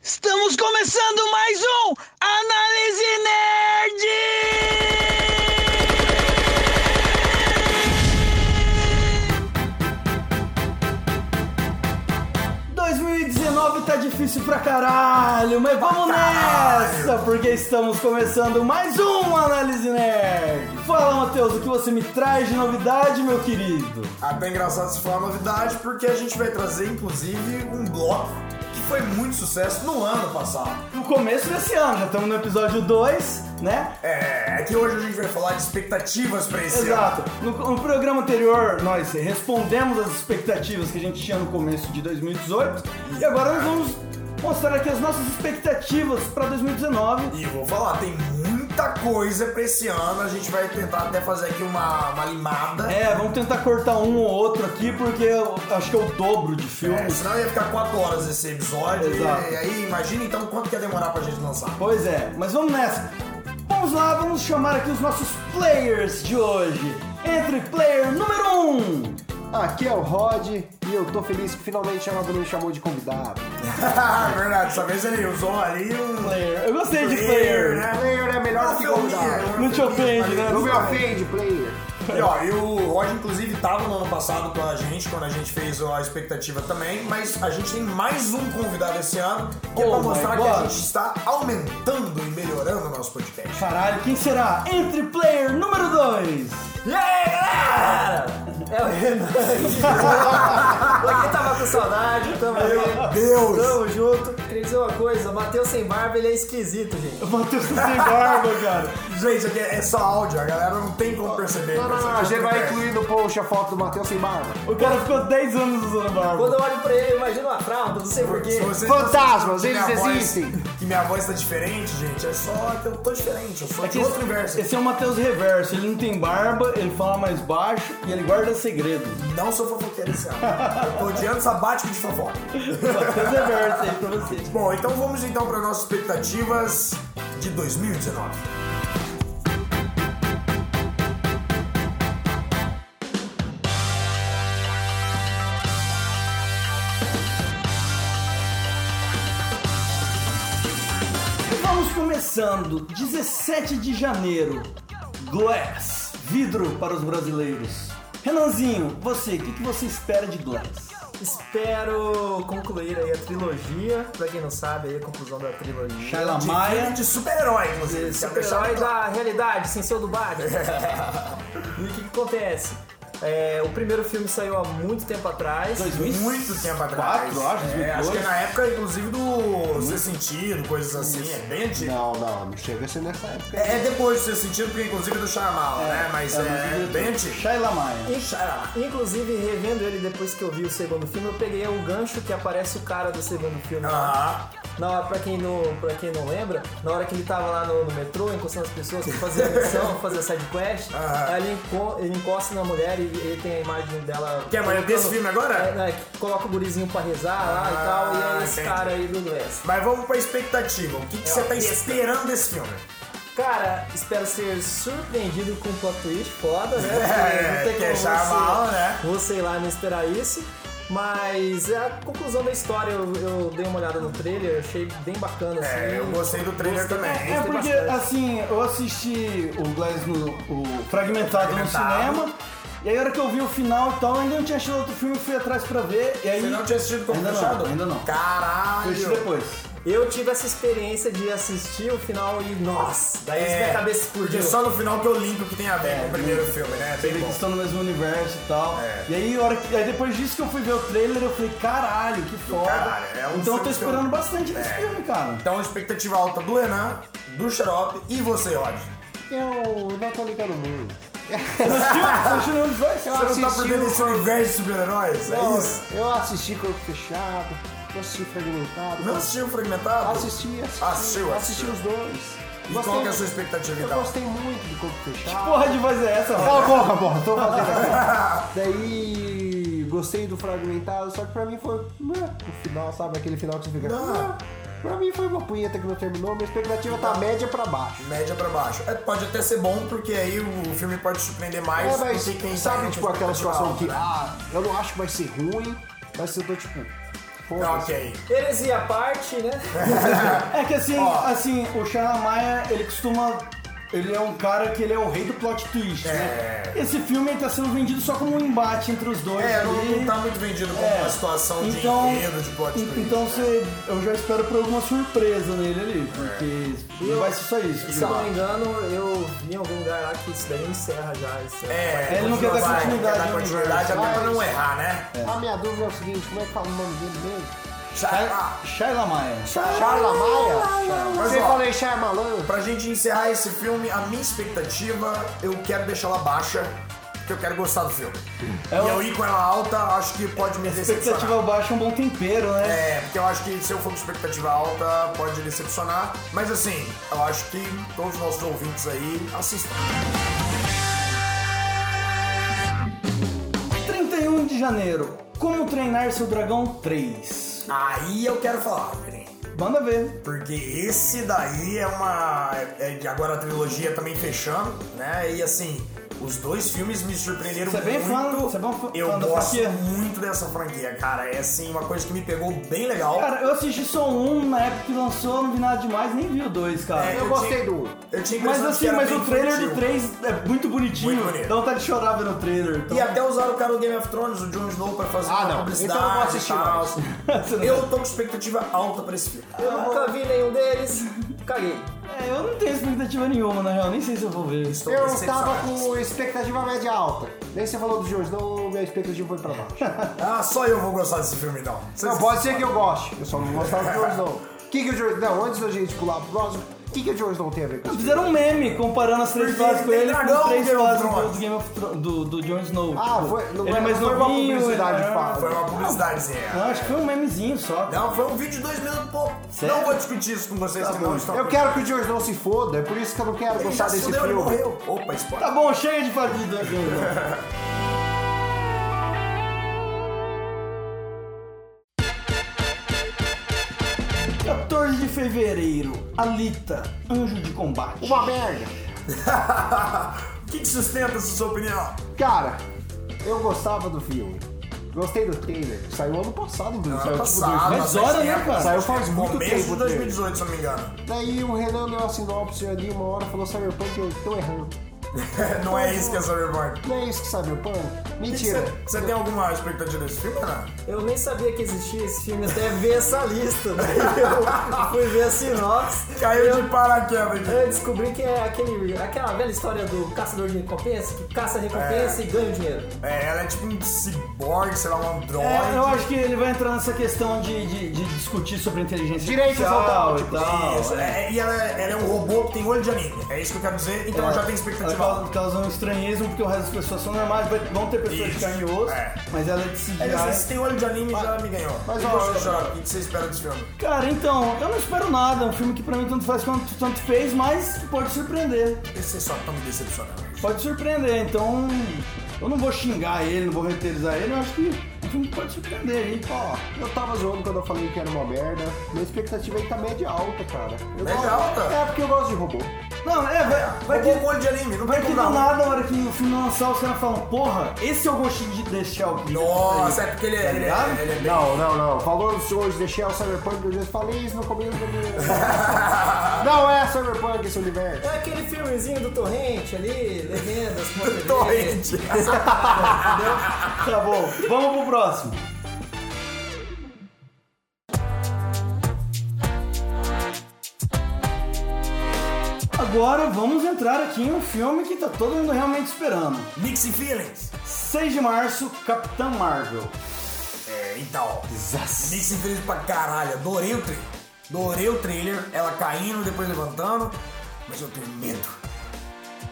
Estamos começando mais um Análise Nerd! "2019 tá difícil pra caralho, mas vamos nessa, porque estamos começando mais um Análise Nerd. Fala, Matheus, o que você me traz de novidade, meu querido? Até engraçado se falar novidade, porque a gente vai trazer, inclusive, um bloco que foi muito sucesso no ano passado. No começo desse ano, já estamos no episódio 2, né? É, é que hoje a gente vai falar de expectativas pra esse Exato. No, no programa anterior, nós respondemos as expectativas que a gente tinha no começo de 2018 e agora nós vamos mostrar aqui as nossas expectativas pra 2019. ano. E eu vou falar, tem muita coisa pra esse ano, a gente vai tentar até fazer aqui uma, uma limada. É, vamos tentar cortar um ou outro aqui, porque eu acho que é o dobro de É, filmes. senão ia ficar 4 horas esse episódio. Exato. E, aí, imagina então quanto que ia demorar pra gente lançar. Pois é, mas vamos nessa. Vamos lá, vamos chamar aqui os nossos players de hoje. Entre player número 1. Um. Aqui é o Rod e eu tô feliz que finalmente a Madonna me chamou de convidado. Verdade, dessa vez ele usou ali um. Player. Eu gostei de player. né? Player é melhor Ah, Uma que teoria, convidado. uma Não te teoria, ofende, né? mas- Não me ofende, player. E, ó, e o Rod, inclusive, tava no ano passado com a gente, quando a gente fez a expectativa também, mas a gente tem mais um convidado esse ano, que é Oh pra my mostrar que God. a gente está aumentando e melhorando o nosso podcast. Caralho, quem será? Entre player número 2. E aí, galera? É o Renan. Pra quem tava com saudade, tamo aí. Deus! Tamo junto. Queria dizer uma coisa, Matheus sem barba, ele é esquisito, gente. O Matheus tá sem barba, cara. Gente, aqui é só áudio, a galera não tem como perceber. Não, não, não, a gente vai incluir no post a foto do Matheus sem barba. O cara ficou 10 anos usando Quando barba. eu olho pra ele, eu imagino uma fralda, não sei porquê. Fantasmas, eles minha voz- existem. que minha voz tá diferente, gente, é só que eu tô diferente, eu sou de outro universo. esse é o Matheus Reverso. Ele não tem barba, ele fala mais baixo e ele guarda segredos. Não sou fofoqueiro esse ano. Eu tô odiando sabático de fofoca. Matheus Reverso aí pra você. Bom, então vamos então para nossas expectativas de 2019. Vamos começando, 17 de janeiro. Glass, vidro para os brasileiros. Renanzinho, você, o que, que você espera de Glass? Espero concluir aí a trilogia. Pra quem não sabe, aí a conclusão da trilogia. Shaila De filme Maia, de super-herói, inclusive. é Esse Quero super-herói deixar claro. da realidade, sem ser o do Batman. e o que, que acontece? É, o primeiro filme saiu há muito tempo atrás. 2000 Muito tempo atrás. Quatro, acho, É, 2002. acho que é na época, inclusive, do Ser Sentido, coisas assim. É bem antigo. Não, não, não chega a ser nessa época. É é depois do Ser Sentido, porque inclusive é do Shyamalan, né? Mas é, bem antigo. É. Shaila Maia. Shyamalan. Inclusive, revendo ele depois que eu vi o segundo filme, eu peguei o gancho que aparece o cara do segundo filme. Aham. Na hora, pra quem não, pra quem não lembra, na hora que ele tava lá no, no metrô, encostando as pessoas, fazia missão, fazia side quest, Aham. aí ele, enco- ele encosta na mulher e ele tem a imagem dela. Que é a mulher desse filme agora? É, né, que coloca o gurizinho pra rezar lá e Ah, tal, e é esse entendi. cara aí do inglês. Mas vamos pra expectativa. O que, que você tá esperando desse filme? Cara, espero ser surpreendido com um plot twist foda, né? Porque É, não tem que é como você- Shyamalan, né? Vou sei lá, não esperar isso. Mas é a conclusão da história, eu, eu dei uma olhada no trailer, eu achei bem bacana, assim. É, eu gostei do trailer Gostei. também. É porque, bastante. assim, eu assisti o Glass no o fragmentado, Fragmentado. no cinema. E aí, a hora que eu vi o final e tal, eu ainda não tinha achado outro filme, eu fui atrás pra ver. E aí, Você não tinha assistido como Ainda não, fechado? ainda não. eu assisti Caralho! depois. Eu tive essa experiência de assistir o final e, nossa, daí minha cabeça explodiu. porque É, só no final que eu linko que tem a ver com o primeiro filme, né? É Você Bem vê que bom. estão no mesmo universo e tal. É. E aí, a hora que- aí depois disso que eu fui ver o trailer, eu falei, caralho, que foda. caralho, é um então eu filme tô que esperando eu- bastante desse É. filme, cara. Então, expectativa alta do Renan, do Xarope e você, Rod. Eu não tô ligando muito. Você assistiu? Você assistiu nenhum dos dois? Você Eu não tá assisti perdendo esse universo de super-heróis? É isso? Eu assisti Corpo Fechado, eu assisti Fragmentado. Não assistiu Fragmentado? Ah, Assisti, assisti. Assistiu, assisti assistiu. os dois. E qual que é a sua expectativa, Eu então? gostei muito de Corpo Fechado. Porra de voz é essa, velho? Cala a boca, porra, tô fazendo aqui. Daí gostei do fragmentado, só que pra mim foi né, o final, sabe? Aquele final que você fica. Não. né? Pra mim foi uma punheta que não terminou, minha expectativa tá média pra baixo. Média pra baixo. É, pode até ser bom, porque aí o filme pode surpreender É, mais. mas do que quem tá sabe, indo né? tipo, com aquela expectativa situação alta, que, né? ah, eu não acho que vai ser ruim, mas eu tô tipo. Foda-se. Ok. Heresia à parte, né? É que assim, Ó. assim, o Shanamaya, ele costuma. Ele é um cara que ele é o rei do plot twist, né? Esse filme ele tá sendo vendido só como um embate entre os dois. É, não, ali. não tá muito vendido como É. uma situação de enredo, de plot twist. né? Então você, eu já espero por alguma surpresa nele ali, porque não vai ser só isso. Se eu não me engano, eu vi em algum lugar lá que isso daí encerra já. Isso É, Ele não quer dar vai, continuidade Quer dar no continuidade universo. até pra não errar, né? A minha dúvida é o seguinte, como é que fala o nome dele mesmo? Chá- Shaila Maia. Charla Maia? Mas, Você ó, falei Charmalan? Pra gente encerrar esse filme, a minha expectativa, eu quero deixar ela baixa, porque eu quero gostar do filme. e eu ir com ela alta, acho que pode me decepcionar. É Expectativa baixa é um bom tempero, né? É, porque eu acho que se eu for com expectativa alta, pode decepcionar. Mas assim, eu acho que todos os nossos ouvintes aí assistam. 31 de janeiro. Como treinar seu dragão 3. Aí eu quero falar, peraí. Manda ver. Porque esse daí é uma. É de agora a trilogia também fechando, né? E assim, os dois filmes me surpreenderam Você é bem muito. fã- você é bem fã- eu fã da gosto franquia. muito dessa franquia, cara. É assim, uma coisa que me pegou bem legal. Cara, eu assisti só um na época que lançou, não vi nada demais, nem vi o dois, cara. É, Eu gostei do outro. eu tinha a Mas impressão de assim, que era mas bem o trailer infantil. do 3 é muito bonitinho. Muito bonito. Dá vontade de chorar vendo o trailer. Então... E até usaram o cara do Game of Thrones, o Jon Snow, pra fazer Ah, uma não. publicidade Então eu vou e assistir tal. mais. Você não- Eu tô com expectativa alta pra esse filme. Eu nunca vi nenhum deles, caguei. É, eu não tenho expectativa nenhuma, na real. Nem sei se eu vou ver. Estou Eu tava decepcionado. com expectativa média alta. Nem você falou do Jones, não, minha expectativa foi pra baixo. Ah, só eu vou gostar desse filme, então. Não, pode ser que eu goste. Eu só não gostava do Jones, não. O que, que o Jones. Não, antes da gente pular pro próximo, o que, que o Jones não tem a ver com isso? Fizeram um meme comparando as três Porque fases com tem ele com dragão as três Game of fases Thrones. do Game of Thrones, do, do Jon Snow. Ah, Tipo, foi- não ele é mais foi uma novinho, publicidade ele é- fácil. né? Foi uma publicidadezinha. Não, acho que foi um memezinho só. Não, foi um vídeo de dois minutos, pô. Sério? Não vou discutir isso com vocês que não estão. Tá Eu quero que o Jones não se foda, é por isso que eu não quero Ele gostar já se desse fudeu, ele filme. morreu. Opa, spoiler. Tá bom, chega de falar de dragão. então. ...14 de fevereiro, Alita, Anjo de Combate. Uma merda. Tá. O que, que sustenta essa sua opinião? Cara, eu gostava do filme. Gostei do trailer. Saiu ano passado, Bruno. Saiu tipo dois. mas faz hora, né, tempo. cara? Saiu faz muito Começo tempo. de o trailer. 2018, se eu não me engano. Daí o Renan deu uma sinopse ali, uma hora falou Cyberpunk, eu tô errando. não é isso que é Cyberpunk. Não é isso que Cyberpunk? Mentira. Você tem alguma expectativa desse filme, Renan? Eu nem sabia que existia esse filme até ver essa lista. Daí eu fui ver a sinopse. Caiu de paraquedas aqui. Eu descobri que é aquele, aquela velha história do caçador de recompensa, que caça recompensa e ganha dinheiro. É, ela é tipo um cyborg, sei lá, um androide. É, eu acho que ele vai entrar nessa questão de, de- de discutir sobre inteligência Direitos artificial e autênticos. tal. Isso, é, e ela, ela é um robô que tem olho de anime. É isso que eu quero dizer, então eu já tenho expectativa Ela alta. causam estranhezas um porque o resto das pessoas são normais, vai- vão ter pessoas Isso, de carne e osso, é. mas ela é de CGI. É, isso, se tem olho de anime, já me ganhou. mas E olha, você, olha. Chora, o que que você espera desse filme? Cara, então, eu não espero nada, é um filme que pra mim tanto faz quanto tanto fez, mas pode surpreender. Esse só tá me decepcionando. Pode surpreender, então eu não vou xingar ele, não vou reutilizar ele, eu acho que o filme pode surpreender aí. Ó, eu tava zoando quando eu falei que era uma merda. Minha expectativa aí tá média alta, cara. Eu Média gosto- alta? É porque eu gosto de robô. Não, é, vai, vai Robô que. com olho de anime, não Vai tem que do como dar ruim. nada, na hora que o filme lançar, os caras falam, porra, esse é o gostinho de deixar o que Nossa, é porque ele, é- ele, Tá é- ligado? ele é bem... Não, não, não. Falou dos senhores de Shell Cyberpunk, eu já falei isso no começo do meu. não é Cyberpunk esse universo. É aquele filmezinho do Torrente ali, legendas, ponto Torrente. Tá bom, vamos pro próximo. 'Agora vamos entrar aqui em um filme que tá todo mundo realmente esperando. Mixed Feelings. 6 de março, Capitã Marvel. É, então. Mixed Feelings pra caralho. Adorei o trailer. Adorei o trailer. Ela caindo, depois levantando. Mas eu tenho medo.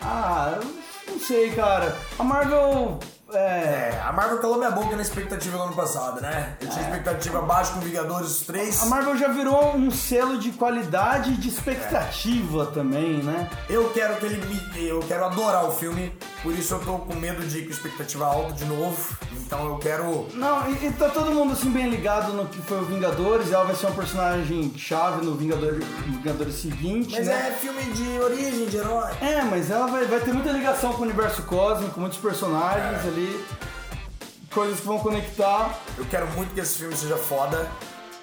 Ah, eu não sei, cara. A Marvel. É. É, a Marvel calou minha boca na expectativa do ano passado, né? Eu tinha expectativa baixa com Vingadores 3. A Marvel já virou um selo de qualidade e de expectativa também, né? Eu quero que ele me. Eu quero adorar o filme. Por isso eu tô com medo de ir com expectativa alta de novo. Então eu quero. Não, e, e tá todo mundo assim bem ligado no que foi o Vingadores. Ela vai ser um personagem chave no Vingador, no Vingadores seguinte, Mas né? é filme de origem, de herói. É... mas ela vai, vai ter muita ligação com o universo cósmico, muitos personagens ali, coisas que vão conectar. Eu quero muito que esse filme seja foda.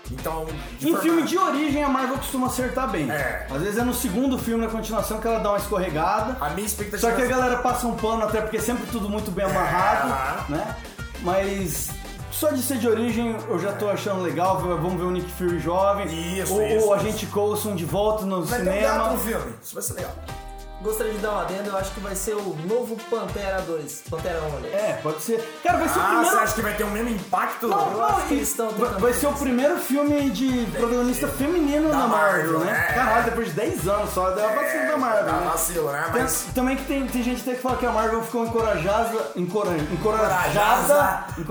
Então, Em forma- Um filme de origem, a Marvel costuma acertar bem. É. Às vezes é no segundo filme, na continuação, que ela dá uma escorregada. A minha expectativa. Só que a galera passa um pano, até porque é sempre tudo muito bem amarrado, né? Mas só de ser de origem eu já tô achando legal. Vamos ver o Nick Fury jovem. Isso, ou isso, ou a isso. gente Coulson de volta no Vai ter um gato no cinema. filme. Isso vai ser legal. Gostaria de dar uma adenda, eu acho que vai ser o novo Pantera 2. Pantera 1, aliás. É, pode ser. Cara, vai ser o Ah, primeiro. você acha que vai ter o mesmo impacto? Eu acho que eles estão Vai, vai ser o primeiro filme de protagonista feminino É. Da da Marvel, Marvel, né? é. Caralho, depois de 10 anos só, deu a vacina da Marvel, Dá né? vacilo, né? Tem- Mas. também que tem, tem gente até que fala que a Marvel ficou encorajada, encora- encorajada, Encorajada.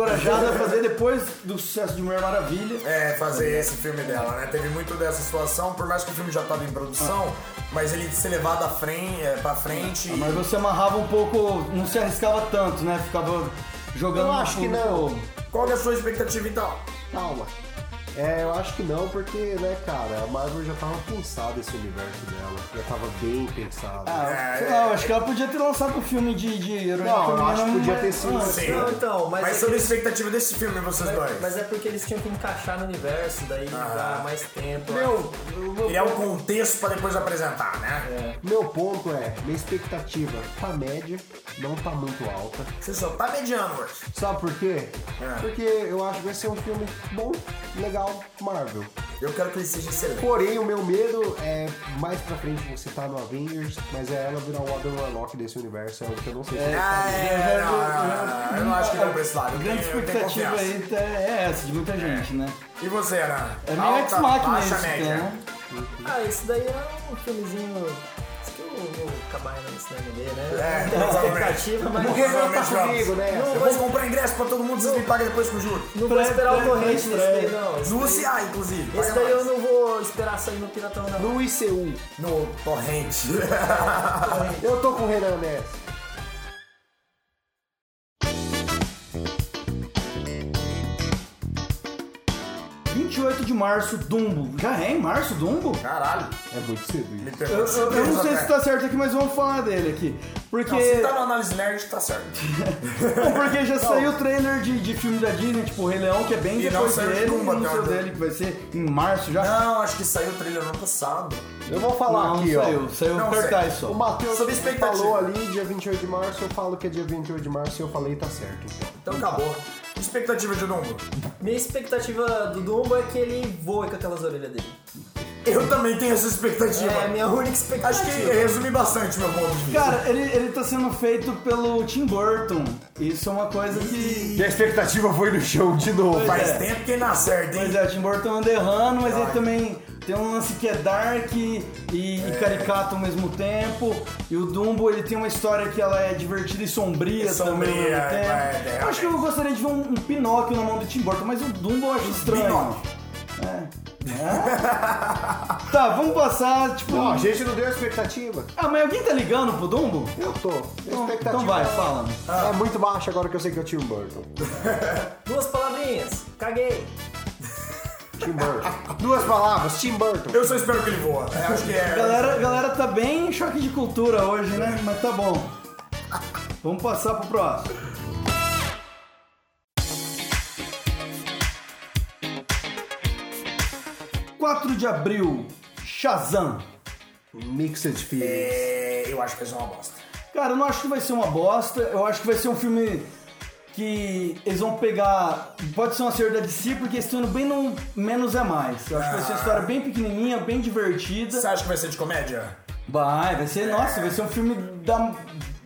encorajada a fazer depois do sucesso de Mulher Maravilha. É, fazer esse filme dela, né? Teve muito dessa situação, por mais que o filme já tava em produção, mas ele ser levado à frente, é, pra frente. A Marvel se amarrava um pouco, não se arriscava tanto, né? Ficava jogando. Eu acho que não. Qual que é a sua expectativa então? Calma. É, eu acho que não, porque, né, cara, a Marvel já tava pensada esse universo dela. Já tava bem É, pensada. Ah, sei lá, eu acho que ela podia ter lançado um filme de, de herói. Não, eu acho que feminino, podia mas- ter sido Ah, assim. Não, então, mas mas é sobre a que- expectativa desse filme, vocês dois. Mas é porque eles tinham que encaixar no universo, daí Ah. dá mais tempo. Meu, meu, Criar um contexto pra depois apresentar, né? meu ponto é, minha expectativa tá média, não tá muito alta. Você só tá mediano, Rush. Sabe por quê? É. Porque eu acho que vai ser um filme bom, legal, Marvel. Eu quero que ele seja excelente. Porém, o meu medo é mais pra frente você tá no Avengers, mas é ela virar o Adam Warlock desse universo, é o que eu não sei se Ah, é, não, não, não, não. Eu não acho que vai pra esse lado. A Eu tá grande tenho- eu tenho expectativa confiança. aí tá- é essa, de muita gente, né? E você, Ana? É meio Alta, ex-máquina baixa, isso, média. né? Ah, esse daí é um filmezinho. Acho que eu vou acabar ainda no cinema ver, né? É, Não tem provavelmente. expectativa, mas Porque não tá comigo, né? Eu vou comprar ingresso pra todo mundo, vocês me pagam depois com juros. não vou esperar o torrente nesse daí, não. Esse No daí- UCA, inclusive. Esse Paga daí eu mais. não vou esperar sair no Piratão, não. No ICU, No torrente. eu tô com o Renan nessa. É. 28 de março, Dumbo. Já é em março, Dumbo? Caralho. É muito cedo Me isso. pegou Eu, de eu- eu não surpresa, sei né? se tá certo aqui, mas vamos falar dele aqui. Porque, Não, se tá na análise nerd, tá certo. Bom, porque já saiu o trailer de, de filme da Disney, tipo o Rei Leão, que é bem E não depois saiu dele, Dumbo e não até saiu agora. dele, que vai ser em março já. Não, acho que saiu o trailer ano passado. Eu vou falar Não, aqui, saiu, ó. saiu Não, o cartaz só. O Matheus Sobre expectativa. falou ali, dia 28 de março, eu falo que é dia 28 de março e eu falei tá certo, então. Então acabou. Expectativa de Dumbo. Minha expectativa do Dumbo é que ele voe com aquelas orelhas dele. Eu também tenho essa expectativa. É a minha única expectativa. Acho que resume bastante meu ponto de vista. Cara, ele, ele tá sendo feito pelo Tim Burton. Isso é uma coisa que. E a expectativa foi no chão de novo. Pois Faz é. tempo que ele não acerta, Mas hein? é, o Tim Burton anda errando, mas ele Ai. também tem um lance que é dark e, e caricato ao mesmo tempo. E o Dumbo, ele tem uma história que ela é divertida e sombria, É sombria, também ao mesmo tempo. é, é, eu acho que eu gostaria de ver um, um Pinóquio na mão do Tim Burton, mas o Dumbo eu acho estranho. Pinóquio. É. tá, vamos passar, tipo... Não, a gente não deu expectativa. Ah, mas alguém tá ligando pro Dumbo? Eu tô. A Então, expectativa então vai, fala. é muito baixa agora que eu sei que é o Tim Burton. Duas palavrinhas. Caguei. Tim Burton. Duas palavras, Tim Burton. Eu só espero que ele voa. É, acho que é. Galera, galera tá bem em choque de cultura hoje, né? Mas tá bom. Vamos passar pro próximo. Quatro de abril, Shazam. Mixed Feelings. É, eu acho que vai ser uma bosta. Cara, eu não acho que vai ser uma bosta. Eu acho que vai ser um filme que eles vão pegar. Pode ser um uma senhora de si, porque eles estão indo bem no menos é mais. Eu acho que vai ser uma história bem pequenininha, bem divertida. Você acha que vai ser de comédia? Vai, vai ser, nossa, vai ser um filme da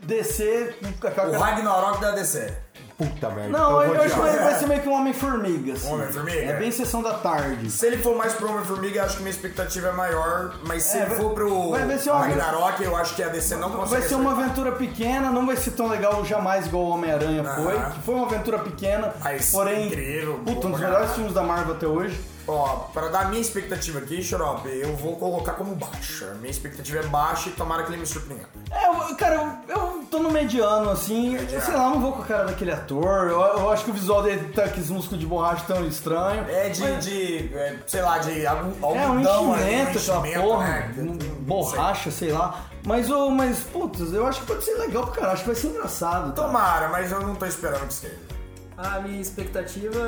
DC com a O Ragnarok da DC. Puta merda. Não, então eu, vou acho que odiar. vai, vai ser meio que um Homem-Formiga. assim. Homem-Formiga? É bem sessão da tarde. Se ele for mais pro Homem-Formiga, eu acho que minha expectativa é maior. Mas se É, ele vai- for pro vai- vai ser uma- Ragnarok, eu acho que a DC não consegue. Vai ser um uma acertar. aventura pequena, não vai ser tão legal jamais igual o Homem-Aranha foi. Aham. Que foi uma aventura pequena, Mas porém, incrível, puta, um boa dos pra melhores caralho. filmes da Marvel até hoje. Ó, pra dar a minha expectativa aqui, Xarope, eu vou colocar como baixa. Minha expectativa é baixa e tomara que ele me surpreenda. É, eu- cara, eu, eu tô no mediano, assim, eu sei lá, eu não vou com a cara daquele ator, eu, eu acho que o visual dele tá com esses músculos de borracha tão estranho. É de, de é, sei lá, de algu- É um algodão ali, enchimento, aquela enchimento, porra, né? um- Não sei. borracha, sei lá. Mas, ô, mas, putz, eu acho que pode ser legal pra caralho, acho que vai ser engraçado. cara. Tomara, mas eu não tô esperando que seja. a minha expectativa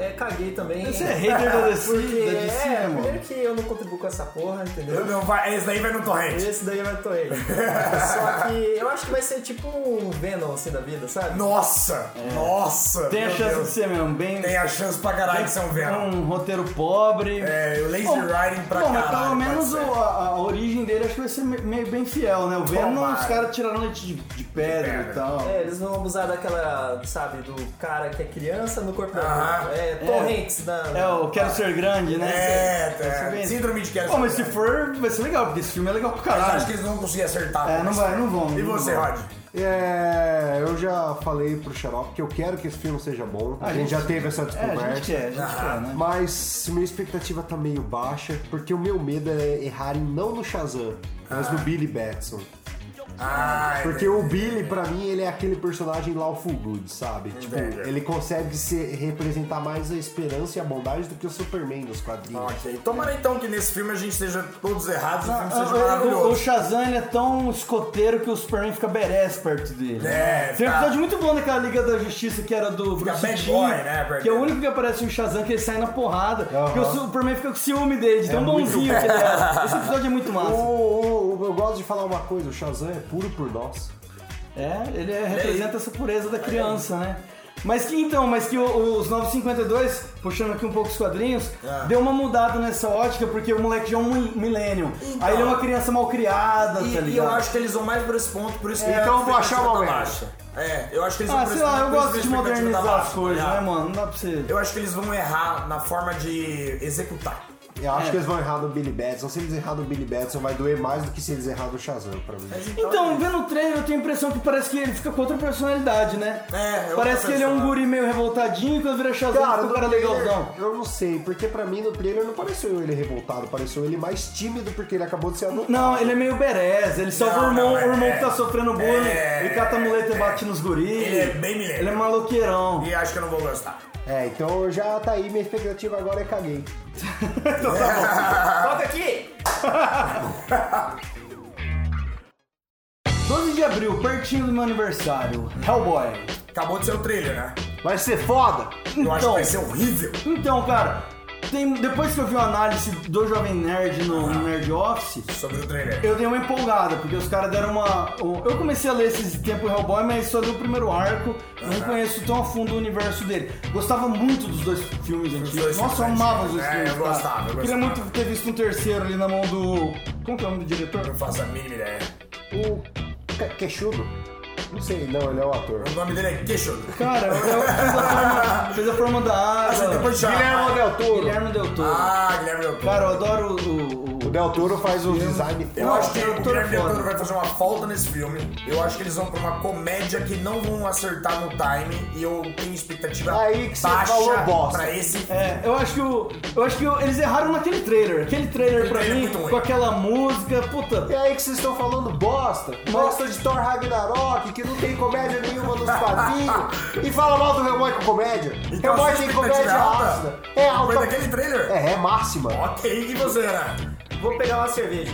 é caguei também. Você é hater da DC, Porque, da DC, é, mano. primeiro que eu não contribuo com essa porra, entendeu? Eu não, vai, esse daí vai no torrente. Esse daí vai torrer. Só que eu acho que vai ser tipo um Venom assim da vida, sabe? Nossa! Nossa! É. Tem a meu chance Deus. de ser um mesmo, bem. Tem a chance pra caralho de ser um Venom. Um roteiro pobre. É, o lazy Bom, writing pra Bom, caralho. mas pelo pode menos ser. o- a, a origem dele acho que vai ser me- meio bem fiel, né? O Venom, Tomara. os caras tiraram leite de, de pedra pedra. e tal. É, eles vão abusar daquela, sabe, do cara que é criança no corpo Aham. adulto. É, torrentes na. É, eu quero ser grande, né? É, Vai ser é. bem- Síndrome de quero Bom, mas se for, vai ser legal, porque esse filme é legal pro Mas caralho. acho que eles não vão conseguir acertar. É, não vai, não vão, E não você, vão. Rod? É, eu já falei pro Xarope que eu quero que esse filme seja bom. A, gente, já teve essa É, a gente desconversa. quer, a gente Ah, quer, né? Mas minha expectativa tá meio baixa, porque o meu medo é errarem não no Shazam, mas no Billy Batson. Ai, Porque o Billy, pra mim, ele é aquele personagem lawful good, sabe? Tipo, Entendi. ele consegue se representar mais a esperança e a bondade do que o Superman nos quadrinhos. Ok. Tomara então que nesse filme a gente esteja todos errados e o filme Ah, seja O, o maravilhoso. Shazam ele é tão escoteiro que o Superman fica badass perto dele. É, Tem um tá. episódio muito bom daquela Liga da Justiça que era do Bruce bad Timm, boy, né, perto que é o dele. único que aparece o Shazam que ele sai na porrada, porque o Aham. Superman fica com ciúme dele, É de tão muito bonzinho que ele era. Esse episódio é muito O- massa. o- o- eu gosto de falar uma coisa, o Shazam é puro por nós. É, ele é- representa essa pureza da criança, né? Mas que então, mas que o- os 952, puxando aqui um pouco os quadrinhos, Ah. deu uma mudada nessa ótica, porque o moleque já é um milênio. Aí ele é uma criança mal criada, tá ligado? Então. E, e eu acho que eles vão mais por esse ponto, por isso que tá É, então eu vou achar uma merda. baixa. É, eu acho que eles vão Ah, por sei esse lá, ponto, eu por isso gosto que a de expectativa tá modernizar baixa, as coisas, tá né, ligado? mano? Não dá pra você. Eu acho que eles vão errar na forma de executar. Eu acho que eles vão errar no Billy Batson. Se eles errar no Billy Batson, vai doer mais do que se eles errar no Shazam, pra mim. Então, vendo o trailer, eu tenho a impressão que parece que ele fica com outra personalidade, né? É, eu Parece que ele é um pensando. guri meio revoltadinho, quando vira Shazam, fica um no cara trailer, legalzão. Eu não sei, porque pra mim no trailer não pareceu ele revoltado, pareceu ele mais tímido porque ele acabou de ser adotado. Não, ele é meio berez, ele salva Não, o irmão, não, é- o irmão que tá sofrendo bullying, é- ele cata a muleta e bate nos guris. Ele é bem milênio. Ele é maloqueirão. E acho que eu não vou gostar. É, então já tá aí, minha expectativa agora é caguei. Tá Toca aqui! 12 de abril, pertinho do meu aniversário, Hellboy. Acabou de ser o trailer, né? Vai ser foda! Eu acho que Então, vai ser horrível. então, cara, tem- depois que eu vi a análise do Jovem Nerd no, no Nerd Office, Sobre o trailer. Eu dei uma empolgada, porque os caras deram uma. o- Eu comecei a ler esses tempo Hellboy, mas só li o primeiro arco. Eu não conheço tão a fundo o universo dele. Gostava muito dos dois filmes antigos. dois Nossa, eu filmes amava os dois antigos. É, filmes. eu cara. gostava, eu Queria gostava. muito ter visto um terceiro ali na mão do. Como que é o nome do diretor? Não faço a mínima ideia. O que- queixudo? Não sei, não, ele é o ator. O nome dele é Queixudo. Cara, eu- eu- fez a forma, fez a forma da Assim, água. depois de Guilherme Del Toro! Guilherme Del Toro. Ah, Guilherme Del Toro. Cara, eu adoro o. o- O o- Del Toro faz o design Eu acho que Del o Toro é Guilherme Del Toro foda. vai fazer uma falta nesse filme. Eu acho que eles vão pra uma comédia que não vão acertar no time. E eu tenho expectativa Aí que você baixa falou bosta. pra esse É, eu acho que o, eu acho que o- eles erraram naquele trailer. Aquele trailer pra trailer é mim, muito ruim. com aquela música, puta. E aí que vocês estão falando bosta, bosta de Thor Ragnarok, que não tem comédia nenhuma nos quadrinhos, e fala mal do Hellboy com comédia. Então, Hellboy a sua tem expectativa comédia é alta? ácida, é Foi alta. daquele trailer? É, é máxima. Ok, e você, Renato? Vou pegar uma cerveja.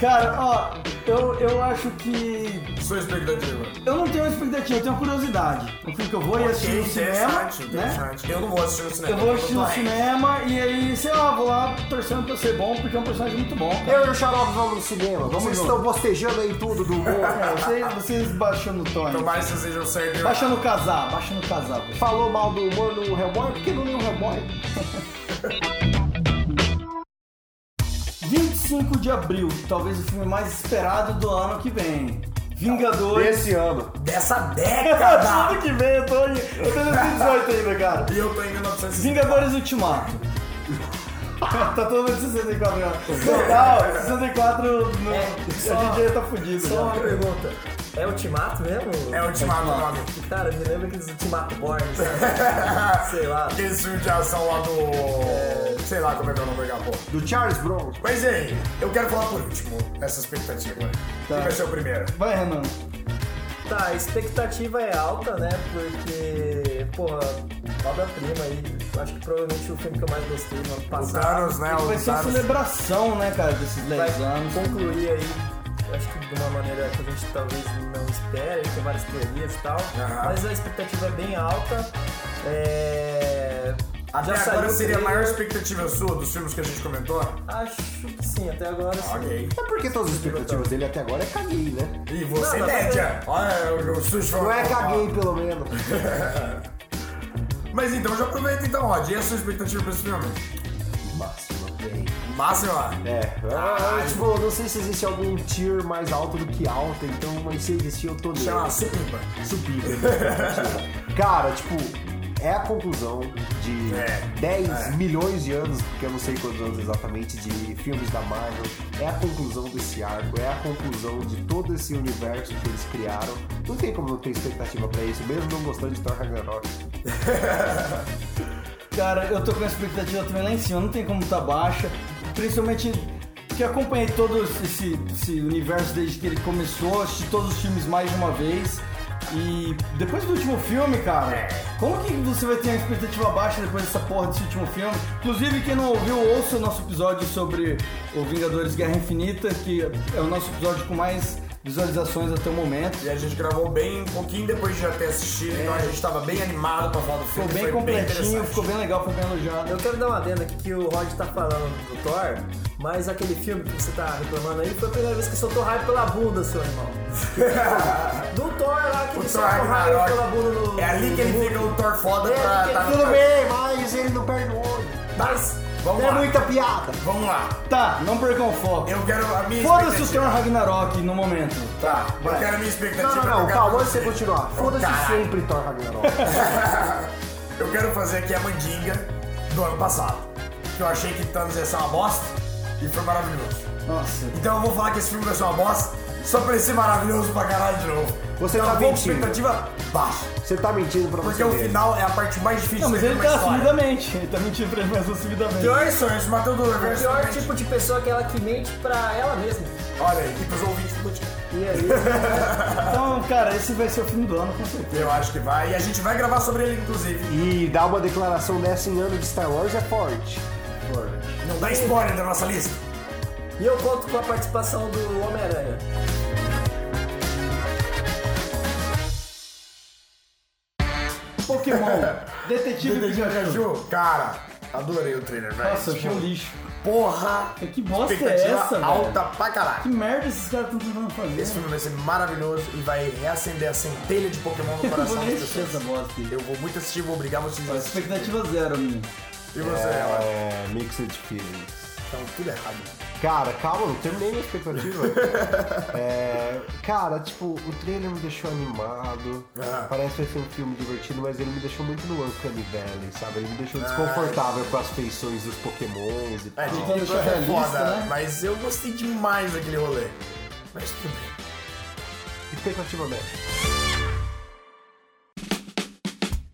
Cara, ó, eu, eu acho que. Sua expectativa. Eu não tenho uma expectativa, eu tenho uma curiosidade. Um filme que eu vou ir assistir no cinema. interessante, Né? interessante. Eu não vou assistir no cinema. Eu vou assistir no tô aí. cinema e aí, sei lá, vou lá torcendo pra ser bom, porque é um personagem muito bom. cara. Eu e o Xarope vamos no cinema, vocês junto. estão bostejando aí tudo do humor. É, vocês, vocês baixando o tom. Tomara que vocês sejam certos. eu- Baixando o casar, baixando o casar. bicho. Falou mal do humor no Hellboy, por que não leu o Hellboy? 25 de abril, talvez o filme mais esperado do ano que vem. Vingadores. Esse ano. Dessa Ano década! que vem, eu tô, eu tô em 2018 ainda, cara. e eu tô em 1960. Vingadores Ultimato. tá todo mundo 64 agora. Total, 64 no... É, a gente já tá fudido. Só uma já. pergunta. É Ultimato mesmo? É o ultimato o nome. Cara, me lembra aqueles Ultimato Born, sabe? Sei lá. Aquele filme de ação lá do. Sei lá como é que é o nome da porra. Do Charles Bronson. Mas e aí, eu quero falar por último essa expectativa. Tá. Quem vai ser o primeiro? Vai, Renan. Tá, a expectativa é alta, né? Porque, porra, obra-prima aí. Acho que provavelmente o filme que eu mais gostei no ano O passado. Thanos, né? Vai O ser uma Thanos. celebração, né, cara, desses Vai 10 anos. concluir aí acho que de uma maneira que a gente talvez não espere, tem várias teorias e tal. Aham. Mas a expectativa é bem alta. É... Até já saiu agora o seria a trailer. maior expectativa sua dos filmes que a gente comentou? Acho que sim, até agora sim. Ok. É porque todas as expectativas dele até agora é caguei, né? E você, Não, mas- média? Olha, o, o Sushi falou. Não é caguei, pelo menos. Mas então, já aproveita então, Rod. E a sua expectativa pra esse filme? Máximo, bem. Máxima. É, ah, tipo, eu não sei se existe algum tier mais alto do que alta, então, mas se existir, eu tô nele. Chama Supimpa. Supimpa. Cara, tipo, é a conclusão de É, 10 é. milhões de anos, porque eu não sei quantos anos exatamente, de filmes da Marvel. É a conclusão desse arco, é a conclusão de todo esse universo que eles criaram. Não tem como não ter expectativa pra isso, mesmo não gostando de Thor Ragnarok. Cara, eu tô com a expectativa também lá em cima, não tem como tá baixa. Principalmente que acompanhei todo esse, esse universo desde que ele começou, assisti todos os filmes mais de uma vez. E depois do último filme, cara, como que você vai ter uma expectativa baixa depois dessa porra desse último filme? Inclusive, quem não ouviu, ouça o nosso episódio sobre o Vingadores Guerra Infinita, que é o nosso episódio com mais visualizações até o momento. E a gente gravou bem um pouquinho depois de já ter assistido, então a gente tava bem animado pra falar do Ficou filme. bem foi completinho, interessante. ficou bem legal, foi bem elogiado. Eu quero dar uma adenda aqui que o Rod tá falando do Thor, mas aquele filme que você tá reclamando aí foi a primeira vez que soltou raio pela bunda, seu irmão. do Thor lá que O ele Thor soltou raio pela bunda Ragnarok. no. É ali que ele no- fica o Thor foda É, pra. porque tá no- Tudo bem, mas ele não perde o olho. Mas. Vamos É lá. muita piada. Vamos lá. Tá, não percam o foco. Eu quero a minha Foda-se o expectativa. Thor Ragnarok no momento. Tá, eu quero a minha expectativa. Não, não, não, eu quero- calma, antes de você continuar. Oh, Foda-se caralho. sempre Thor Ragnarok. Eu quero fazer aqui a mandinga do ano passado. Que eu achei que Thanos ia ser uma bosta e foi maravilhoso. Nossa. Então eu vou falar que esse filme vai ser uma bosta só pra ele ser maravilhoso pra caralho de novo. Você então, tá eu vou com mentindo. expectativa baixa. Você tá mentindo pra Porque você o mesmo. final é a parte mais difícil Não, mas de ele uma tá assim, história. né? assumidamente. Ele tá mentindo pra ele, mas assumidamente. Pior é sonhos, Matheus do O Universo. pior tipo de pessoa é aquela que mente pra ela mesma. Olha aí, que pros ouvintes do Botequim. E aí, Então, cara, esse vai ser o filme do ano, com certeza. Eu acho que vai. E a gente vai gravar sobre ele, inclusive. E dar uma declaração dessa em ano de Star Wars é forte. Não dá spoiler da nossa lista. e eu conto com a participação do Homem-Aranha. Pokémon, Detetive Pikachu. Pikachu, cara, adorei o trailer, velho. Tipo, Nossa, eu achei um lixo. Porra! Que bosta é expectativa essa, velho? alta pra Que caralho. merda esses caras estão tentando Esse fazer? né? filme vai ser maravilhoso e vai reacender a centelha de Pokémon no Eu não vou coração nem das assistir essa pessoas. bosta aí. Eu vou muito assistir, vou obrigar vocês a assistir. Expectativa zero, menino. E você, ela? É, mixed feelings. Então, tudo errado. Cara, calma, não terminei minha expectativa. É, cara, tipo, o trailer me deixou animado. Ah. Parece que vai ser um filme divertido, mas ele me deixou muito no Uncanny Valley, sabe? Ele me deixou desconfortável com as feições dos pokémons e tal. Ah, É, de Então, que deixa eu é ver a foda, lista, né? mas eu gostei demais daquele rolê. Mas tudo bem. Expectativa média.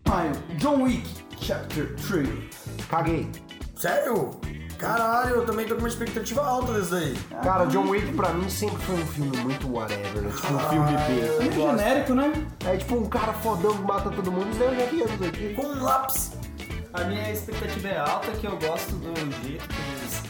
Maio, John Wick, Chapter 3. Caguei. Sério? Caralho, eu também tô com uma expectativa alta desse daí. Cara, John Wick pra mim sempre foi um filme muito whatever, né? Tipo, um Ah, filme B. Muito genérico, né? É tipo um cara fodão que mata todo mundo, né? Eu já vi anos aqui. Com um lápis. A minha expectativa é alta, que eu gosto do jeito que eles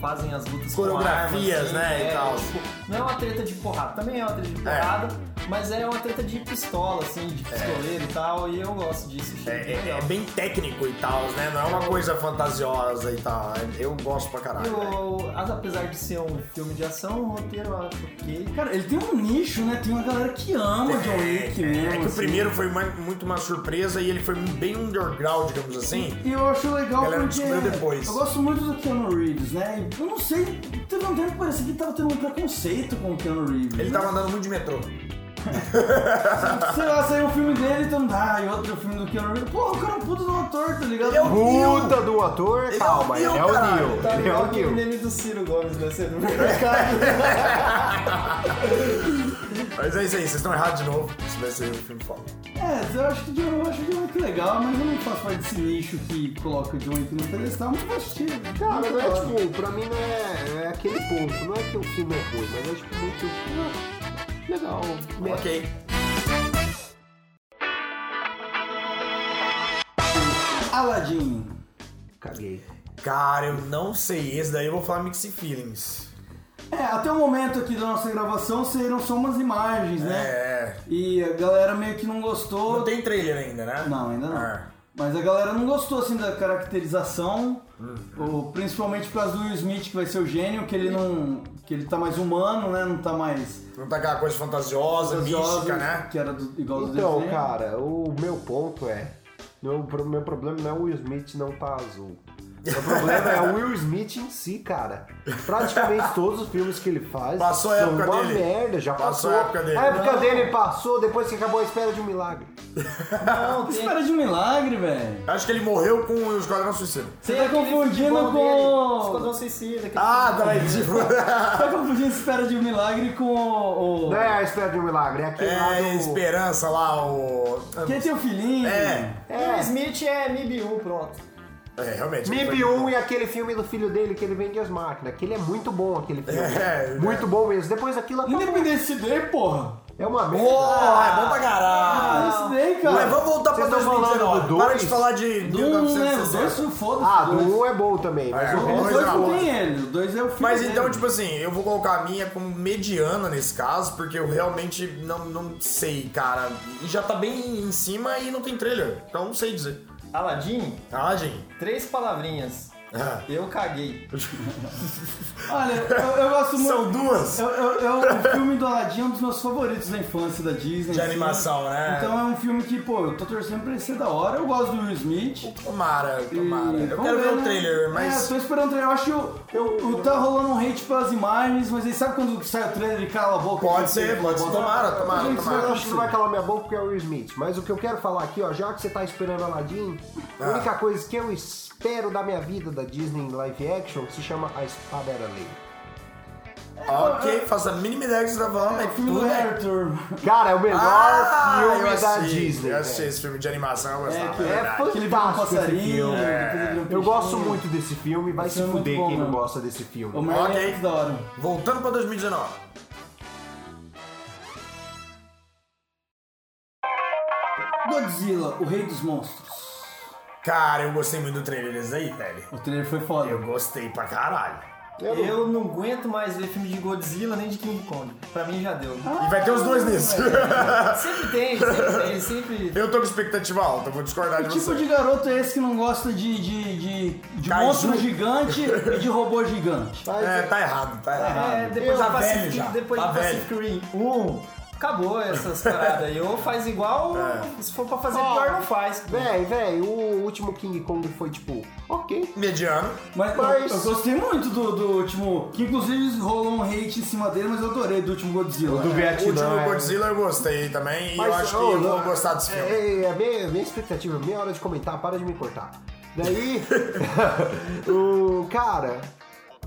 fazem as lutas Coreografias, com arma, assim, né, e é, tal. tipo, não é uma treta de porrada, também é uma treta de porrada, mas é uma treta de pistola, assim, de É. pistoleiro e tal, e eu gosto disso. achei É, é- é legal. bem técnico e tal, né? Não é uma coisa fantasiosa e tal. Eu gosto pra caralho. velho. Eu, as- apesar de ser um filme de ação, o roteiro eu acho ok. Cara, ele tem um nicho, né? Tem uma galera que ama o John Wick mesmo. É que o assim. primeiro foi uma- muito uma surpresa e ele foi bem underground, digamos assim. E eu acho legal Galera, porque descobriu depois. eu gosto muito do Keanu Reeves, né? Eu não sei, teve um tempo que parecia que ele tava tendo um preconceito com o Keanu Reeves. Ele né? tava andando muito de metrô. Sei lá, saiu um filme dele, então, ah, e outro filme do Keanu Reeves. Porra, o cara é um puta do ator, tá ligado? Eu- Puta do ator, Ele é o calma, Neil, ele é o caralho. Neil. Tá Ele é igual o aquele Neil. meme do Ciro Gomes, né? Você não cara. Mas é isso aí, vocês estão errados de novo. Isso vai ser um filme foda. É, eu acho que John, eu acho o John Wick legal, mas eu não faço parte desse nicho que coloca o John Wick no pedestal, mas eu vou assistir. Cara, Muito um não é legal. tipo, pra mim não é, é aquele ponto. Não é que o filme é ruim, mas é tipo muito. ah, Legal. né? Ok. Aladdin. Caguei. Cara, eu não sei. Esse daí eu vou falar mixed feelings. É, até o momento aqui da nossa gravação saíram só umas imagens, né? É. E a galera meio que não gostou. Não tem trailer ainda, né? Não, ainda não. Ah. Mas a galera não gostou assim da caracterização, Uhum. ou, principalmente por causa do Will Smith, que vai ser o gênio, que ele não. que ele tá mais humano, né? Não tá mais. Não tá aquela coisa fantasiosa, mística, né? Que era do- igual do Então, é. desenho. cara, o meu ponto é. Meu, pro- meu problema não é o Will Smith não tá azul. Meu problema é o Will Smith em si, cara. Praticamente todos os filmes que ele faz Passou a são época uma dele. merda, já Passou passou. a época dele. A época dele passou depois que acabou a espera de um milagre. Não, tem... Espera de um milagre, velho. Acho que ele morreu com o Esquadrão Suicida. Você Tem tá aquele confundindo futebol com. dele, Esquadrão Suicida. aquele Ah, futebol. tá tipo. Tá confundindo Espera de um Milagre com o. o- Né? Não é a espera de um milagre, é aquele lá É, do... Esperança lá, o. Quem tem o filhinho? É. Will Smith é MIB1, pronto. É, realmente. MIB 1 e aquele filme do filho dele que ele vende as máquinas. Aquele é muito bom, aquele filme. É, né? muito bom mesmo. Depois aquilo acabou. Independência Day, porra! É uma merda. Porra, é bom pra caralho. Independência Day, Mas cara! vamos voltar pra Vocês tão falando 2019. do Para dois? de falar de Do um, né? Os 1960. dois são foda-se. Ah, dois. do 1 é bom também, mas É, o Os dois resto... Dois não é tem ele, os dois é o filho Mas dele. então, tipo assim, eu vou colocar a minha como mediana nesse caso, porque eu realmente não, não sei, cara. E já tá bem em cima e não tem trailer, então não sei dizer. Aladdin, Ah, gente. três palavrinhas. Ah. Eu caguei. Olha, eu, eu gosto muito. São duas. Eu, eu, eu- o filme do Aladdin é um dos meus favoritos da infância da Disney. De assim. animação, né? Então é um filme que, pô, eu tô torcendo pra ele ser da hora. Eu gosto do Will Smith. Tomara, tomara. E Eu vamos quero ver o né? trailer, É, mas. tô esperando o trailer. Eu acho que eu, eu, eu tá rolando um hate pelas imagens, mas aí sabe quando sai o trailer e cala a boca? Pode ser, pode ser. Tomara, tomara, Gente, Eu tomara. acho que não vai calar minha boca porque é o Will Smith. Mas o que eu quero falar aqui, ó, já que você tá esperando Aladdin, Ah. a única coisa que eu espero da minha vida da Disney em live action se chama A Espada Era Lei. Ok, faço a mínima ideia que você tá falando, É mas o filme do tudo é. Harry Turbo. Cara, é o melhor Ah, eu filme da assisti, Disney. Eu velho. assisti esse filme de animação, eu É, gostava. que é é verdade. que ele vira um fantástico esse passarinho, filme. depois ele vira um Eu gosto peixinho. muito desse filme, vai Esse se é muito fuder bom, quem não mano. gosta desse O filme. Merlin Ok. é muito da hora. Voltando pra 2019. Godzilla, o rei dos monstros. Cara, eu gostei muito do trailer desse aí, velho. O trailer foi foda. Eu gostei pra caralho. Eu, não aguento mais ver filme de Godzilla nem de King Kong. Pra mim já deu. E vai ter os dois nesse. Ah. Sempre tem, sempre tem, sempre. Eu tô com expectativa alta, vou discordar Que de tipo você. de garoto é esse que não gosta de, de, de, de Kaiju. monstro gigante e de robô gigante? Mas, É, tá errado, tá errado. É, depois tá de velho Pacific, já, depois tá de Pacific Rim 1, acabou essas paradas aí. Ou faz igual, ou se for pra fazer Ó, pior, não faz. Véi, véi, o último King Kong foi tipo, ok. Mediano. Mas, Mas- Eu, eu gostei muito do, do último, que inclusive rolou um hate em cima dele, mas eu adorei do último Godzilla. O último é. Godzilla eu gostei também. e eu Mas, acho que ô, eu vou não, gostar desse filme. É, é, é minha, minha expectativa, meia hora de comentar, para de me cortar. Daí, o cara,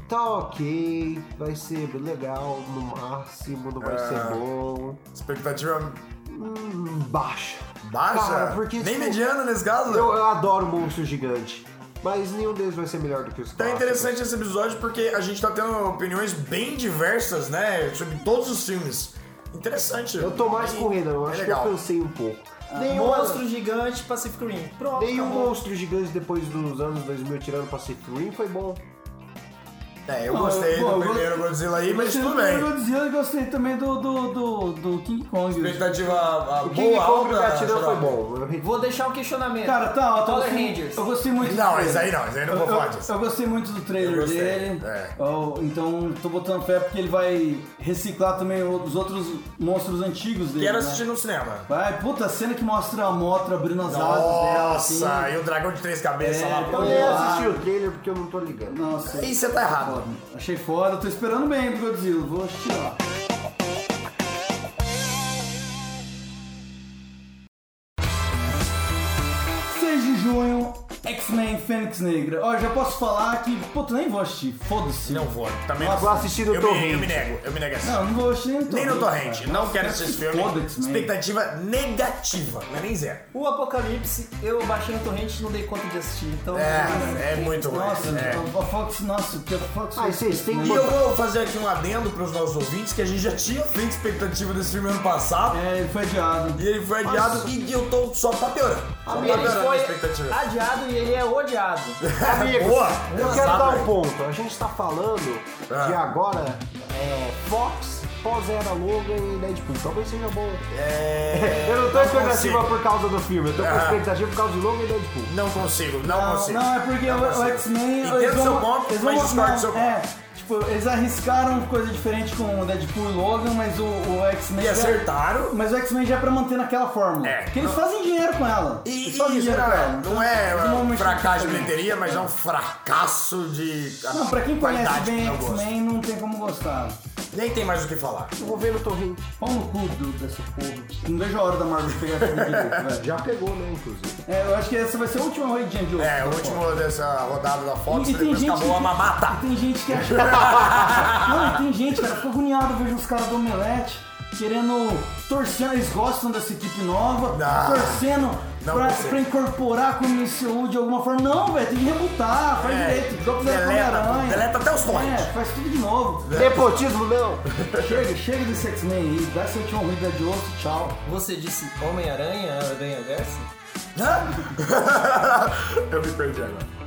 tá ok, vai ser legal no máximo, não vai É. ser bom. Expectativa Hum, Baixa. baixa. Cara, porque, Nem tipo, mediana nesse caso. Eu, eu adoro monstro gigante, mas nenhum deles vai ser melhor do que os Tá clássicos. interessante esse episódio porque a gente tá tendo opiniões bem diversas, né? Sobre todos os filmes. Interessante. Eu tô mais E- com o Renan, eu é acho que eu legal. cansei um pouco. Nenhum Ah, Monstro gigante Pacific Rim. Pronto. Nenhum acabou. monstro gigante depois dos anos 2000 tirando Pacific Rim foi bom. É, eu Não, gostei eu- pô, do eu primeiro gosto- Godzilla aí, Eu é. mas gostei tudo do bem. primeiro Godzilla e gostei também do, do, do, do King Kong. Expectativa a- a O King boa, Kong alta. gatilhão geral. foi bom. Eu Vou deixar o questionamento. Cara, tá, ó, tá, eu Power gostei- Rangers. Eu gostei muito do Não, trailer. esse aí não, esse aí não vou Eu- falar Eu, disso. eu gostei muito do Eu trailer gostei, dele. é. Eu- então tô botando fé porque ele vai reciclar também os outros monstros antigos dele. Quero né? assistir no cinema. Vai, puta, a cena que mostra a Motra abrindo as asas dela, assim. Nossa, e o dragão de três cabeças É, lá. eu- Pô. nem assisti o trailer porque eu Então não tô ligando. Nossa, Ih, você tá errado. achei foda, tô esperando bem do Godzilla, vou assistir lá. Seis de junho, X-Men Fênix Negra. Ó, já posso falar que, puta, nem vou assistir, foda-se. Não vou, também Mas não vou assistir no eu me, torrent. eu me nego, eu me nego assim. Não, não vou assistir Nem no torrent, cara. não Nossa, quero assistir esse filme. Foda-se, man. Expectativa negativa, não é nem zero. O Apocalipse, eu baixei no torrent e não dei conta de assistir. Então, É, é muito ruim. Nossa, é. a Fox, nossa, que a Fox... Ah, e vocês têm E eu vou fazer aqui um adendo para os nossos ouvintes que a gente já tinha feito expectativa desse filme ano passado É, ele foi adiado. e ele foi adiado e eu tô só tá piorando. Só tá ele piorando a foi expectativa. adiado e ele é odiado. errado. Amigos, Boa! eu quero Exato. dar um ponto. A gente tá falando né? Ah. de agora é, Fox, pós-era Logan e Deadpool. Talvez seja bom. É, Eu não tô expectativa consigo. por causa do filme, eu tô com Ah. expectativa por causa de Logan e Deadpool. Não consigo, não, Não, consigo. não, é porque Não o, o consigo. X-Men. Entendo eles vão- seu ponto, eles vão mas discordo mostrar- do seu ponto. É, tipo, eles arriscaram coisa diferente com o Deadpool e Logan, mas o, o X-Men. E já- acertaram. Mas o X-Men já é pra manter naquela fórmula. É. Porque eles fazem dinheiro com ela. E, eles e fazem isso, dinheiro com ela. cara, não é eles não vão um mexer fracasso com de isso também. bilheteria, mas é um fracasso de Não, pra quem conhece qualidade bem né? que eu gosto. X-Men, não tem como gostar. Nem tem mais o que falar. Eu vou ver no torrente. Pau no cu do, dessa porra. Não vejo a hora da Marvel pegar esse direito, velho. Já pegou, né, inclusive. É, eu acho que essa vai ser a última roidinha de hoje. É, o último dessa rodada da Fox, E tem depois gente acabou a que- mamata. Tem gente que acha. Não, e tem gente, cara, fica agoniado, eu vejo os caras do Omelete querendo. torcendo, eles gostam dessa equipe nova, Não. torcendo Não pra, consigo. pra incorporar com o MCU de alguma forma. Não, velho, tem que rebutar, faz É, direito, igual fizeram com o deleta, Homem-Aranha. deleta até os torrents. É, faz tudo de novo. Nepotismo não! É. chega, chega desse X-Men aí, dá essa última ruída de osso, tchau. Você disse Homem-Aranha, Aranha Verso? Hã? eu me perdi agora.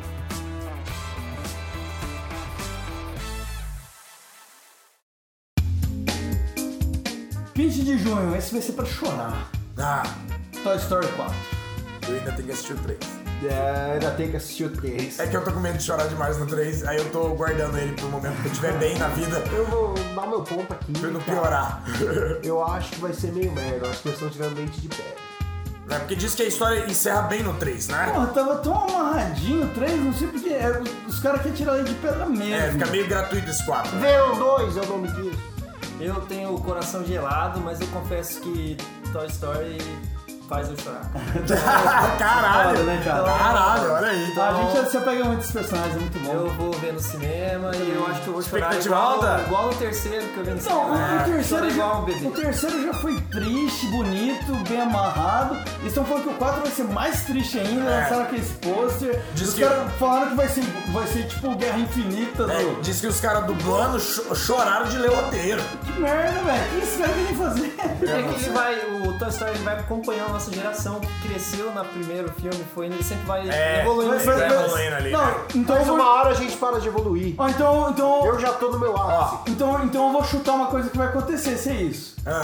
Pitch de junho, esse vai ser pra chorar. Ah, Toy Story 4. eu ainda tenho que assistir o 3. É, ainda tem que assistir o 3. É que eu tô com medo de chorar demais no 3, aí eu tô guardando ele pro momento que eu estiver bem na vida, Eu vou dar meu ponto aqui. pra eu não cara. piorar. Eu acho que vai ser meio merda. Eu acho que eles estão tirando leite de pedra. É porque diz que a história encerra bem no 3, né? Porra, tava tão amarradinho o 3, não sei porque. é, os- os caras querem tirar ele de pedra mesmo. É, fica meio gratuito esse 4. Verão 2 é o nome disso. Eu tenho o coração gelado, mas eu confesso que Toy Story faz eu chorar. Foda, Caralho! né, cara? Tá Caralho, olha aí. A gente já se apega muito dos personagens, é muito bom. Eu vou ver no cinema e eu acho que eu vou chorar Expectativa igual, alta? igual o terceiro que eu vi no Então, o- cinema. Ah, o, terceiro Chorei já, igual um bebê. o terceiro já foi triste, bonito, bem amarrado. Eles estão falando que o 4 vai ser mais triste ainda, É. lançaram aqueles pôster. Diz Os que- caras falaram que vai ser, vai ser tipo Guerra Infinita É, do. diz que os caras dublando cho- choraram de ler o roteiro. Que merda, velho. Quem espera que ele fazer? É que ele vai, o Toy Story ele vai acompanhando a nossa geração que cresceu no primeiro filme, foi ele sempre vai É, evoluindo. vai- né? vai- Mas- evoluindo ali, Não, né? então eu Mas vou- uma hora a gente para de evoluir. Ó, então, então, Eu já tô no meu ápice. então, então eu vou chutar uma coisa que vai acontecer, se é isso. Ah,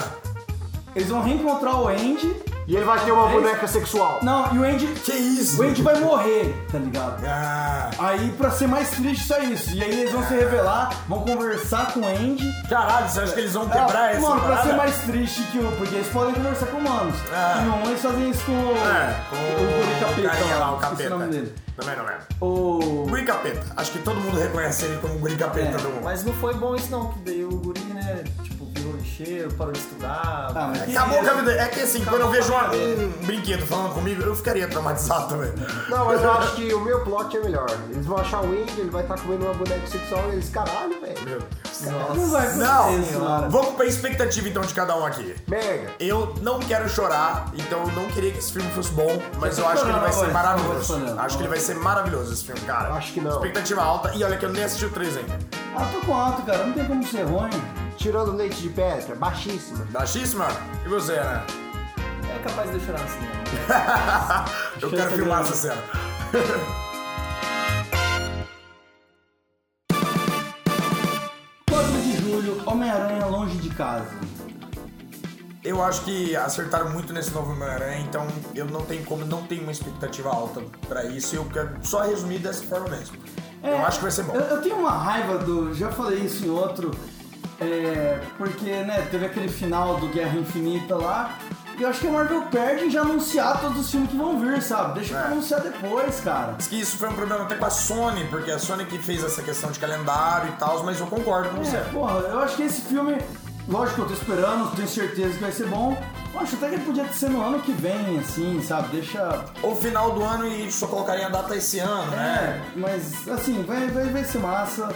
Eles vão reencontrar o Andy. E ele vai ter uma boneca sexual. Não, e o Andy. que isso? O Andy vai morrer, tá ligado? Ah, Aí, pra ser mais triste, só isso. E aí eles vão se revelar, vão conversar com o Andy. caralho, você acha que eles vão quebrar Ah, essa mano, pra parada? ser mais triste que o. Porque eles podem conversar com humanos. Ah. E não, eles fazem isso com o. É, com o o carinha lá, o Esqueci capeta. o nome dele. Também não é. O. Guri Capeta. Acho que todo mundo reconhece ele como Guri Capeta É, do mundo. Mas não foi bom isso não, que daí o guri, né, tipo, virou lixeiro, parou de estudar. Ah, mas- Acabou com a vida. É que assim, quando eu vejo uma- com a um brinquedo falando comigo, eu ficaria traumatizado também. Não, mas eu acho que o meu plot é melhor. Eles vão achar o Andy, ele vai estar comendo uma boneca sexual e eles, caralho, velho. Meu Deus. Não vai acontecer, Não, senhora. vamos pra expectativa então de cada um aqui. Merda. Eu não quero chorar, então eu não queria que esse filme fosse bom, mas eu acho que ele vai ser Não, não, não, maravilhoso. não. Acho que ele vai ser maravilhoso esse filme, cara. Acho que não. Expectativa alta, e olha que eu nem assisti o 3 ainda. Ah, tô com alto, cara. Não tem como ser ruim. Tirando leite de pedra, baixíssima. Baixíssima? E você, né? É capaz de eu chorar no cinema. Eu quero filmar essa cena. Quatro de julho, Homem-Aranha longe de casa. Eu acho que acertaram muito nesse novo Homem-Aranha, então eu não tenho como, não tenho uma expectativa alta pra isso. Eu quero só resumir dessa forma mesmo. eu acho que vai ser bom. É, Eu, eu tenho uma raiva do. Já falei isso em outro. é, porque, né, teve aquele final do Guerra Infinita lá. E eu acho que a Marvel perde em já anunciar todos os filmes que vão vir, sabe? Deixa pra É. anunciar depois, cara. Diz que isso foi um problema até com a Sony, porque a Sony que fez essa questão de calendário e tal, mas eu concordo com você. É, porra, eu acho que esse filme. Lógico que eu tô esperando, tenho certeza que vai ser bom. Eu acho até que ele podia ser no ano que vem, assim, sabe? Deixa. Ou final do ano e só colocaria a data esse ano, né? É, mas assim, vai, vai, vai ser massa.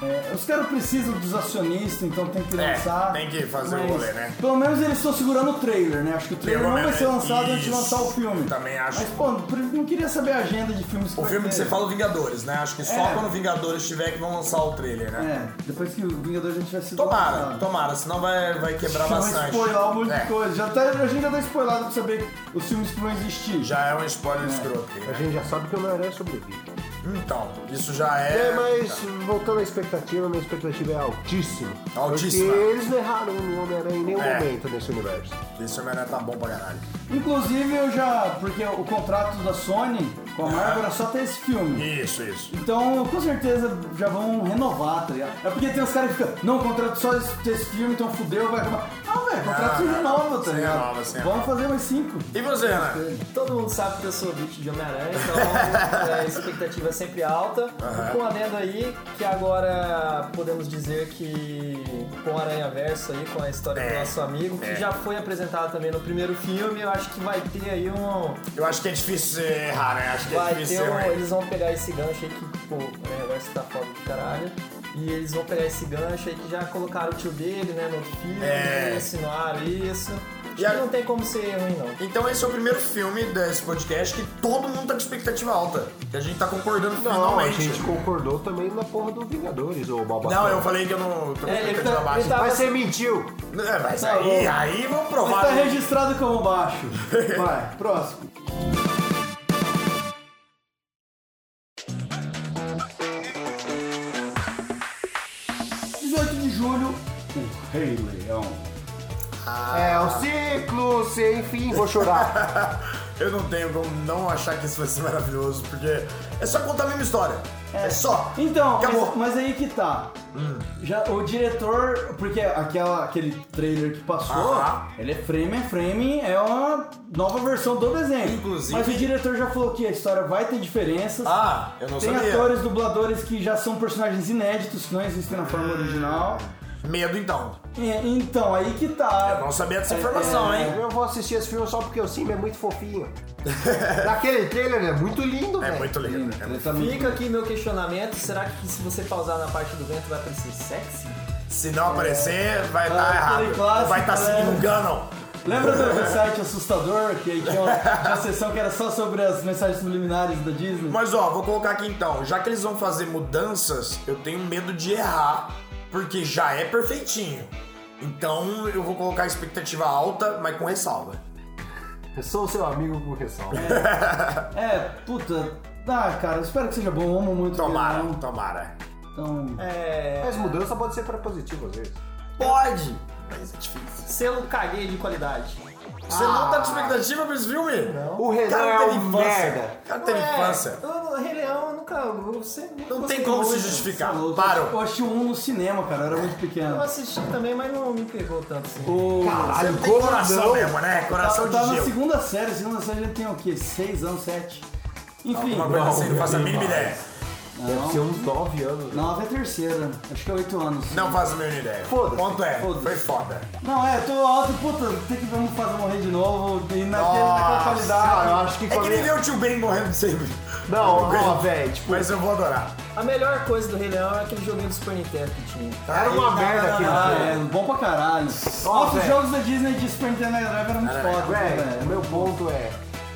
É, os caras precisam dos acionistas, então tem que É, lançar. tem que fazer o mas rolê, né? Pelo menos eles estão segurando o trailer, né? Acho que o trailer Pelo não vai menos, ser lançado antes de isso. lançar o filme. Também acho. Mas, pô, não queria saber a agenda de filmes que O vai filme que ter. você fala Vingadores, né? Acho que só É. quando Vingadores tiver que vão lançar o trailer, né? É, depois que o Vingador já tiver sido Tomara, lançado. tomara, senão vai, vai quebrar Vai bastante. spoilar um monte É, de coisa. Já tá, a gente já tá spoilado pra saber os filmes que vão existir. Já é um spoiler escroto. A né? gente já sabe que o Homem-Aranha sobrevive. Então, isso já é. É, mas voltando à expectativa, minha expectativa é altíssima. Altíssima. Porque eles não erraram no Homem-Aranha em nenhum É. momento nesse universo. Esse homem tá bom pra caralho. Inclusive, eu já. Porque o contrato da Sony com a Marvel Aham. era só ter esse filme. Isso, isso. Então, com certeza, já vão renovar, tá ligado? É porque tem os caras que ficam, não, contrato só esse, ter esse filme, então fudeu, vai acabar. Não, velho, contrato se não, renova, tá se ligado? renova, se renova. Vamos fazer mais cinco. E você, Renan? Todo mundo sabe que eu sou bicho de Homem-Aranha, então a expectativa é sempre alta. Aham. Com um adendo aí, que agora podemos dizer que com o Aranha Verso aí, com a história do É, nosso amigo, que é. já foi apresentado também no primeiro filme, eu acho que vai ter aí um. Eu acho que é difícil você errar, né? Acho que é Vai difícil ter um. errar. Eles vão pegar esse gancho aí que, pô, o Aranha Verso tá foda do caralho. E eles vão pegar esse gancho aí que já colocaram o tio dele, né, no outro filme, É. insinuaram isso. E Acho a- que não tem como ser ruim, não. Então esse é o primeiro filme desse podcast que todo mundo tá com expectativa alta. Que a gente tá concordando Não, a finalmente. gente concordou também na porra do Vingadores, ô Babaca. Não, eu falei que eu não tô com É, ele expectativa tá- baixa. ele tá- Mas você mentiu! É, mas Tá aí, bom. aí vamos Mas provar. tá né? registrado como baixo. Vai, próximo. de julho, o Rei Leão. É um ciclo sem fim. Vou chorar. Eu não tenho como não achar que isso vai ser maravilhoso, porque é só contar a mesma história. É, só. Então, acabou. mas, mas aí que tá. Hum. Já, o diretor, porque aquela, aquele trailer que passou, Aham. ele é frame a frame, é uma nova versão do desenho. Inclusive- Mas o diretor já falou que a história vai ter diferenças. Ah, eu não Tem sabia. atores, dubladores que já são personagens inéditos, que não existem na Ah. forma original. Medo então. É, então, aí que tá. Eu não sabia dessa informação, hein? É, Eu vou assistir esse filme só porque o Simba é muito fofinho. Naquele trailer ele é muito lindo, É velho. muito lindo. É Ele muito... tá muito- Fica aqui meu questionamento, será que se você pausar na parte do vento vai parecer sexy? Se não aparecer, vai estar Ah, aquele errado. clássico, vai estar seguindo um né? o Ganon. Lembra do site assustador? Que aí tinha uma, uma sessão que era só sobre as mensagens subliminares da Disney? Mas ó, vou colocar aqui então. Já que eles vão fazer mudanças, eu tenho medo de errar, porque já é perfeitinho. Então eu vou colocar a expectativa alta, mas com ressalva. Eu sou seu amigo com ressalva. É, puta. Ah, cara, espero que seja bom. Eu Amo muito. Tomara, Leão, tomara. Então, É. Mas mudança pode ser pra positivo às vezes. Pode! Mas é difícil. Selo caguei de qualidade. Você não tá com expectativa pra esse filme? Não. O Renan Cara é teve um infância. merda. cara teve Ué, infância. É, eu não- Rei Leão, eu nunca. Você Não tem como se justificar. eu- é Eu Parou. assisti um no cinema, cara. Eu era muito Eu pequeno. assisti também, mas não me pegou tanto assim. O... Caralho, Tem como coração não? Tá- mesmo, né? Coração eu tava de na gelo. segunda série. Segunda série já tem o quê? Seis anos, sete? Enfim. Uma coisa assim, não faço a mínima ideia. Deve ser uns 9 anos. né? Nove é terceira. Acho que é oito anos. Não faço a mínima ideia. Foda-se. Ponto é, Foda-se. foi foda. Não, é, tô alto, puta, tem que ver um fazer morrer de novo. E naquele, naquela Nossa, Cara, eu qualidade. acho que É que nem ver o tio Ben morrendo sempre. Não, Eu ó, aguento. velho, tipo, Mas eu vou adorar. A melhor coisa do Rei Leão é aquele joguinho do Super Nintendo que tinha. era uma merda aquilo. Ah, velho. é, bom pra caralho. Ó, Outros velho. jogos da Disney de Super Nintendo Mega Drive eram muito foda, né, Velho, o velho. meu ponto é.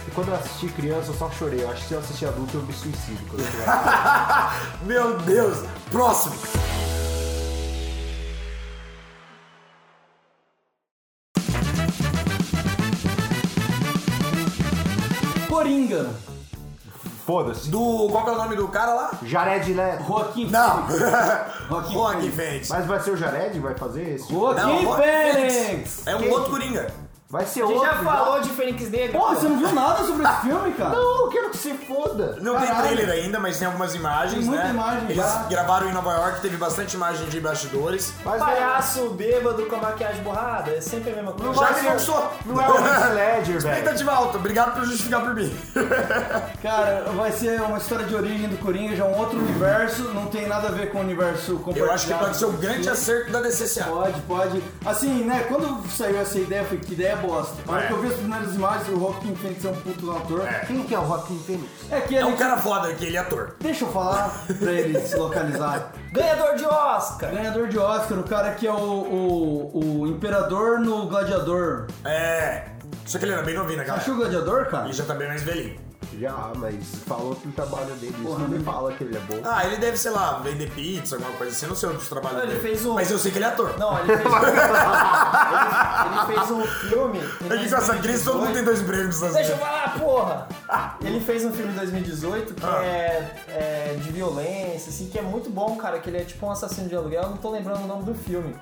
que Quando eu assisti criança, eu só chorei. Eu acho que se eu assistir adulto, eu me suicido. Quando eu tiver. Meu Deus. Próximo. Coringa, Foda-se. Do. Qual que é o nome do cara lá? Jared Leto. Joaquim Não. Joaquim Rock Fênix. Mas vai ser o Jared que vai fazer esse? Joaquim Joaquim Fênix! É um outro Coringa. Vai ser A gente outro. já falou de Fênix Negra. Porra, você não viu nada sobre esse filme, cara? Não, eu quero que se foda. Não tem Caralho. trailer ainda, mas tem algumas imagens, Tem muita né? imagem Eles já. gravaram em Nova York, teve bastante imagem de bastidores. Mas é Palhaço bêbado com a maquiagem borrada, é sempre a mesma coisa. Já vai me ser- conquistou. Não é o Heath Ledger, velho. Expectativa alta. Obrigado por justificar por mim. Cara, vai ser uma história de origem do Coringa, já é um outro universo, não tem nada a ver com o universo compartilhado. Eu acho que pode ser um grande acerto da DCCA. Pode, pode. Assim, né, quando saiu essa ideia, eu falei, que ideia bosta. Na hora É. que eu vi as primeiras imagens, o Joaquin Phoenix é um puto ator. É, Quem que é o Joaquim Phoenix? que É ele... um cara foda aquele ator. Deixa eu falar pra ele se localizar. Ganhador de Oscar! Ganhador de Oscar, o cara que é o, o, o imperador no Gladiador. É. Só que ele era bem novinho naquela Achou época. o Gladiador, cara? Ele já tá bem mais velhinho. Já, mas falou que o trabalho dele, isso Porra, não me né? fala que ele é bom. Ah, ele deve, sei lá, vender pizza, alguma coisa assim. Não sei outros trabalhos Ele dele. fez um- Mas eu sei que ele é ator. Não, ele fez, ele, ele fez um filme. em É que com essa crise todo mundo 2018. tem dois empregos. Assim. Deixa eu falar, porra! Ele fez um filme em 2018 que Ah. é, é de violência, assim, que é muito bom, cara, que ele é tipo um assassino de aluguel, eu não tô lembrando o nome do filme.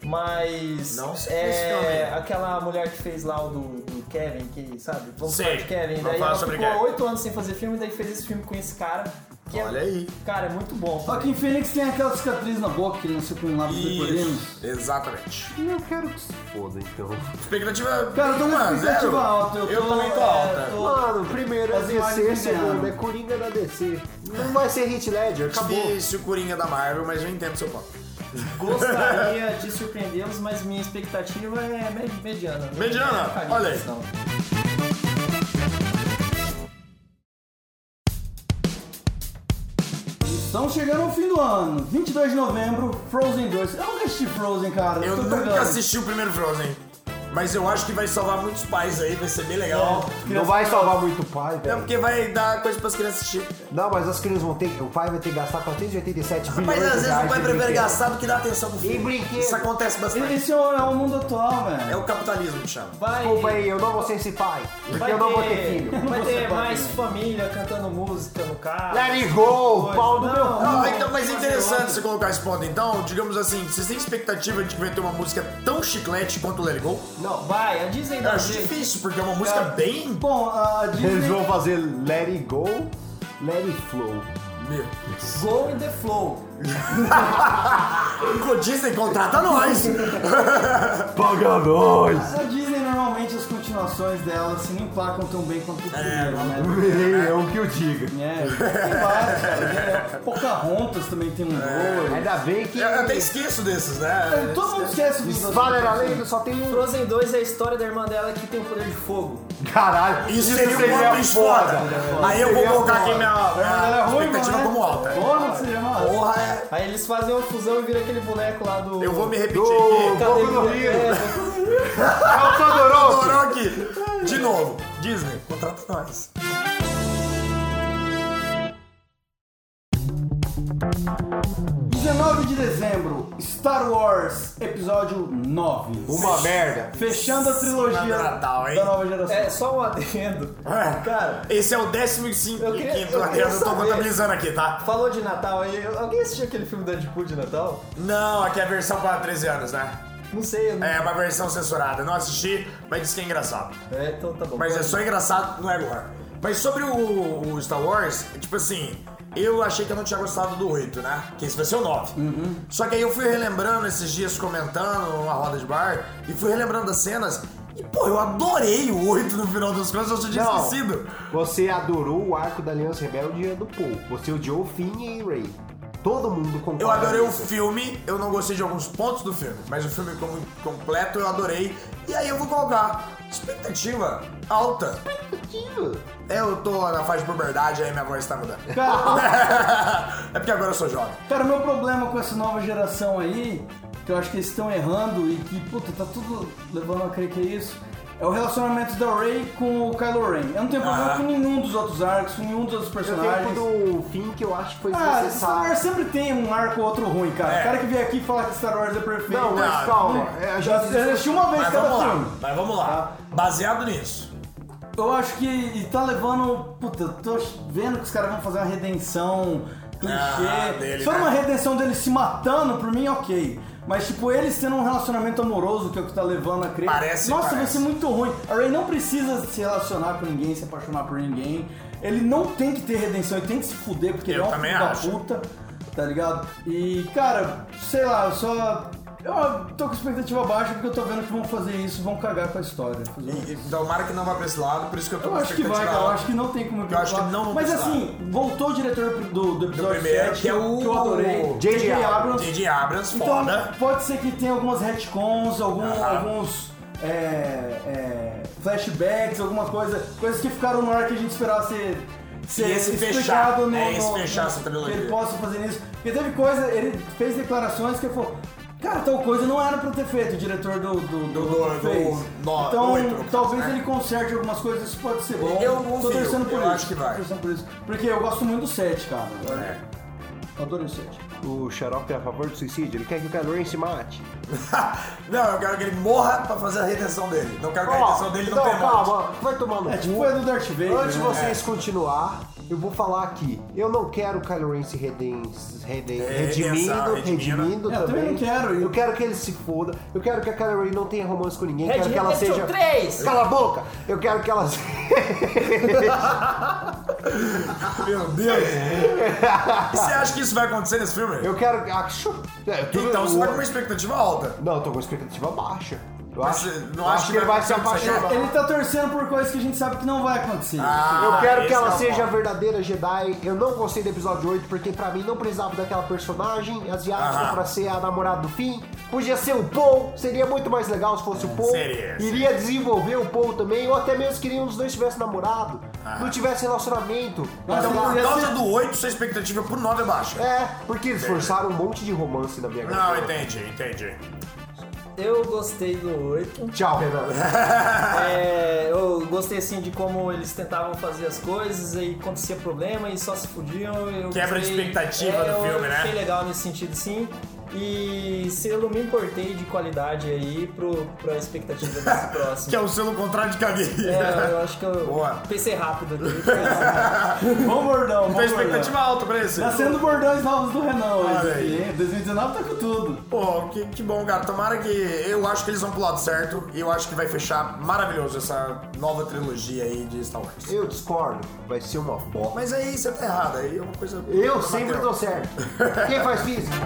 Mas. Não sei esse é filme. aquela mulher que fez lá o do, do Kevin, que sabe? Vamos Sei. falar de Kevin. Vamos Daí falar ela sobre ficou Kevin. oito anos sem fazer filme, daí fez esse filme com esse cara. Que Olha é, aí. Cara, é muito bom. Só que em Phoenix tem aquela cicatriz na boca que nasceu com um lápis leporino. Isso, exatamente. Ah, Eu quero que se foda, então. Expectativa. Cara, eu tô com Mano, expectativa zero. alta, eu tô- também tô é, alta. tô- Mano, primeiro é As imagens DC, me segundo ganharam. é Coringa da DC. Não vai ser Hit Ledger, acabou. Difícil Coringa da Marvel, mas eu entendo seu ponto. Gostaria de surpreendê-los, mas minha expectativa é me- mediana. Não Mediana? é farinha, Olha aí. não. Estamos chegando ao fim do ano. 22 de novembro, Frozen 2. Eu nunca assisti Frozen, cara. Eu tô nunca cagando. assisti o primeiro Frozen. Mas eu acho que vai salvar muitos pais aí, vai ser bem legal. Não vai salvar muito o pai, É velho. porque vai dar coisa pras crianças assistir. Não, mas as crianças vão ter que. O pai vai ter que gastar 487 bilhões Mas de às vezes o reais pai em prefere brinquedo. gastar do que dar atenção pro filho. brinquedo. Isso acontece bastante. Esse é o, é o mundo atual, velho. É o capitalismo que chama. Vai, Desculpa aí, eu não vou ser esse pai. Porque vai eu não vou ter ter- filho. Vai Você ter pode mais ter. família cantando música no carro. Let it go, Coisa. pau do meu Não, cu. Não, então, mas é mas interessante eu- você colocar esse ponto. Então, digamos assim, vocês têm expectativa de que vai ter uma música tão chiclete quanto o Let It Go? Não, vai, a Disney Eu Tá dá um acho jeito. difícil, porque é uma música bem... Bom, a Eles Disney... vão fazer Let It Go, Let It Flow. Meu. Go in the flow. Ô, Disney, contrata nós! Paga nós! A Disney, normalmente, as continuações dela se não emplacam tão bem quanto o primeiro, né? É o que eu digo. É, tem vários, cara. Tem- Pocahontas também tem um gol. Ainda bem que. Eu até esqueço desses, né? Todo mundo esquece do Vale a lenda, só tem um. Frozen 2 é a história da irmã dela que tem o poder de fogo. Caralho, Isso seria um plot twist foda. Aí eu vou Seria colocar aqui foda. minha, Ela é minha ruim, expectativa né? como alta. Porra, que seria massa. Porra, é... Aí eles fazem uma fusão e vira aquele boneco lá do... Eu vou me repetir Do aqui. Boku no Academia- Hero. É, É o Todoroki. Adorou aqui. De novo. Disney, contrata nós. mundo. 19 de dezembro, Star Wars, episódio 9. Uma merda. Fechando a trilogia Nada Natal, hein? da nova geração. é, só um adendo. É. Cara, Esse é o 15 Eu queria- quinto eu queria adendo, eu tô saber. contabilizando aqui, tá? falou de Natal aí. Alguém assistiu aquele filme do Deadpool de Natal? Não, aqui é a versão para 13 anos, né? Não sei, eu não... É uma versão censurada. Não assisti, mas disse que é engraçado. É, então tá bom. Mas é só engraçado, não é agora. Mas sobre o, o Star Wars, tipo assim, eu achei que eu não tinha gostado do 8, né? Que esse vai ser o 9. Só que aí eu fui relembrando esses dias, comentando numa roda de bar, e fui relembrando das cenas. E, pô, eu adorei o 8 no final das contas, eu só tinha Não. esquecido. Você adorou o arco da Aliança Rebelde e do Paul. Você odiou Finn e Rey. Todo mundo concorda. Eu adorei o nisso. filme, eu não gostei de alguns pontos do filme, mas o filme como completo eu adorei. E aí eu vou colocar expectativa alta. É, Eu tô na fase de puberdade, aí minha voz tá mudando. é porque agora eu sou jovem. Cara, o meu problema com essa nova geração aí, que eu acho que eles estão errando e que, puta, tá tudo levando a crer que é isso, é o relacionamento da Rey com o Kylo Ren. Eu não tenho problema Ah. com nenhum dos outros arcos, com nenhum dos outros Eu tenho personagens. do Finn que eu acho que foi Ah, Star desnecessário. Wars sempre tem um arco ou outro ruim, cara. É. O cara que vem aqui e fala que Star Wars é perfeito. Não, Não, mas calma. né? É, a Eu já gente eu assisti uma vez Mas cada vamos lá, filme. mas vamos lá. Baseado nisso. Eu acho que e tá levando. Puta, eu tô vendo que os caras vão fazer uma redenção clichê. Ah, dele, Só né? uma redenção dele se matando, por mim, ok. Mas, tipo, eles tendo um relacionamento amoroso, que é o que tá levando a crer. Parece, Nossa, vai parece. ser muito ruim. A Ray não precisa se relacionar com ninguém, se apaixonar por ninguém. Ele não tem que ter redenção, ele tem que se fuder, porque ele Eu é um também filho da acho. puta, tá ligado? E, cara, sei lá, eu só. Eu tô com expectativa baixa porque eu tô vendo que vão fazer isso, vão cagar com a história. Fazer um- E, e Então, tomara que não vá pra esse lado, por isso que eu tô eu com acho que vai, expectativa cara. Eu alta. acho que não tem como ir Eu acho que não vão Mas precisar. assim, voltou o diretor do, do episódio primeiro, 7, que é o- que eu adorei. J.J. Abrams. J.J. Abrams, Então, foda. pode ser que tenha algumas retcons, algum- Aham. alguns é, é, flashbacks, alguma coisa. Coisas que ficaram no ar que a gente esperava ser. Ser E esse explicado fechar, no, é, esse no- fechar essa que trilogia. Ele possa fazer isso. Porque teve coisa, ele fez declarações que ele falou. Cara, tal coisa não era pra ter feito, o diretor do. do, do, do- do- fez. no- então, oito, no caso, talvez né? ele conserte algumas coisas, isso pode ser bom. Eu Tô confio, torcendo por eu isso. acho que vai. Tô torcendo por isso. Porque eu gosto muito do 7, cara. É. Antônio Sete. O xarope é a favor do suicídio, ele quer que o Kylo Ren se mate. não, eu quero que ele morra pra fazer a retenção dele. Não quero que a retenção dele não então, tenha morte. calma, vai tomar no É cu. tipo é do Darth Vader. Antes de né? vocês continuar, eu vou falar aqui. Eu não quero o Kylo Ren se reden, reden, Redenção, redimindo, É, redimindo. redimindo É, eu também também. não quero, eu- Eu quero que ele se foda. Eu quero que a Kylo Ren não tenha romance com ninguém. Red quero que ela Redemption seja... 3. Cala a boca! Eu quero que ela... Meu Deus. E você acha que isso vai acontecer nesse filme? eu quero... que- Ah, chu- É, tudo- Então você o- vai com uma expectativa alta. Não, eu tô com expectativa baixa. Eu Mas acho, você não eu acha acho que que ele vai vai se acontecer? apaixonar. Ele tá torcendo por coisas que a gente sabe que não vai acontecer. Eu quero que ela esse é o seja a ponto. verdadeira Jedi. Eu não gostei do episódio 8, porque pra mim não precisava daquela personagem asiática Aham. pra ser a namorada do fim. Podia ser o Paul, seria muito mais legal se fosse o Paul. Hum, Seria, Iria desenvolver o Paul também, ou até mesmo queria um dos dois tivesse namorado, não tivesse relacionamento. Mas Sei Então, lá. eu por ia causa ser- do 8, sua expectativa pro 9 é baixa. É, porque eles forçaram um monte de romance na minha Não, garganta. entendi, entendi. Eu gostei do 8. Tchau, Renan. É, eu gostei assim de como eles tentavam fazer as coisas e acontecia problema e só se fudiam. Eu Quebra de gostei- expectativa é, do eu filme, né? achei legal nesse sentido, sim. E selo me importei de qualidade aí pro, pra expectativa desse próximo. Que é o selo contrário de Camille. É, eu acho que eu Boa. pensei rápido aqui. Bom bordão, bom bordão. Tem expectativa alta pra esse. Nascendo bordões novos do Renan hoje Olha aqui, hein? 2019 tá com tudo. Pô, que, que bom, cara. Tomara que. Eu acho que eles vão pro lado certo e eu acho que vai fechar maravilhoso essa nova trilogia aí de Star Wars. Eu discordo, vai ser uma bosta. Mas aí você tá errado, aí é uma coisa. Eu sempre Bateu. dou certo. Quem faz física?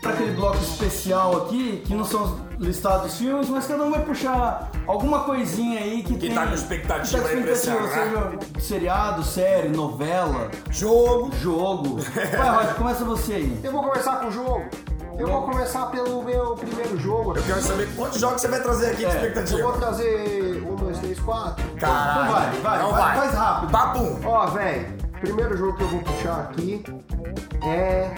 Pra aquele bloco especial aqui, que não são listados os filmes, mas cada um vai puxar alguma coisinha aí que, tem... tá com expectativa que tá com aí pra esse expectativa, ano, né? seja seriado, série, novela, Jogo. jogo. Vai, Roger, começa você aí. Eu vou começar com o jogo. Eu vou começar pelo meu primeiro jogo. Eu quero saber quantos jogos você vai trazer aqui de É, Eu vou expectativa. trazer um, dois, três, quatro. Caralho. Então vai, vai, Então vai, vai. faz rápido. Papum. Ó, velho, primeiro jogo que eu vou puxar aqui é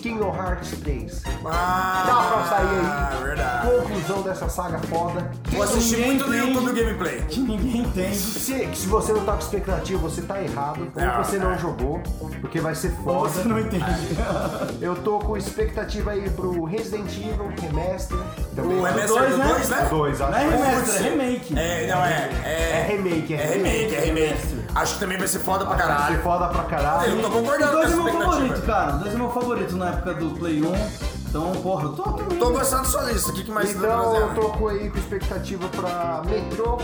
Kingdom Hearts 3. Ah, Dá pra sair aí. Verdade. Conclusão dessa saga foda. Vou assistir Ninguém muito no entende. YouTube gameplay. Que ninguém entende. Se, se você não tá com expectativa, você tá errado. Não, Ou você não é. jogou, porque vai ser Ou foda. Você não entende. Ah, Eu tô com expectativa aí pro Resident Evil Remaster. O Também. MS é dois, do né? 2, né? Dois, Não é acho. remaster, é remake. É, não, é. É É, remake, é é remake, é remake. Acho que também vai ser foda pra Vai ser caralho. foda pra caralho. Eu tô Os concordando com dois essa é meu favorito, expectativa. cara. Os dois é meu favorito na época do Play 1. Então, porra, eu tô, tô, tô Tô gostando da sua lista. O que, que mais você tá Então vai eu trazer? tô com aí com expectativa pra Metro,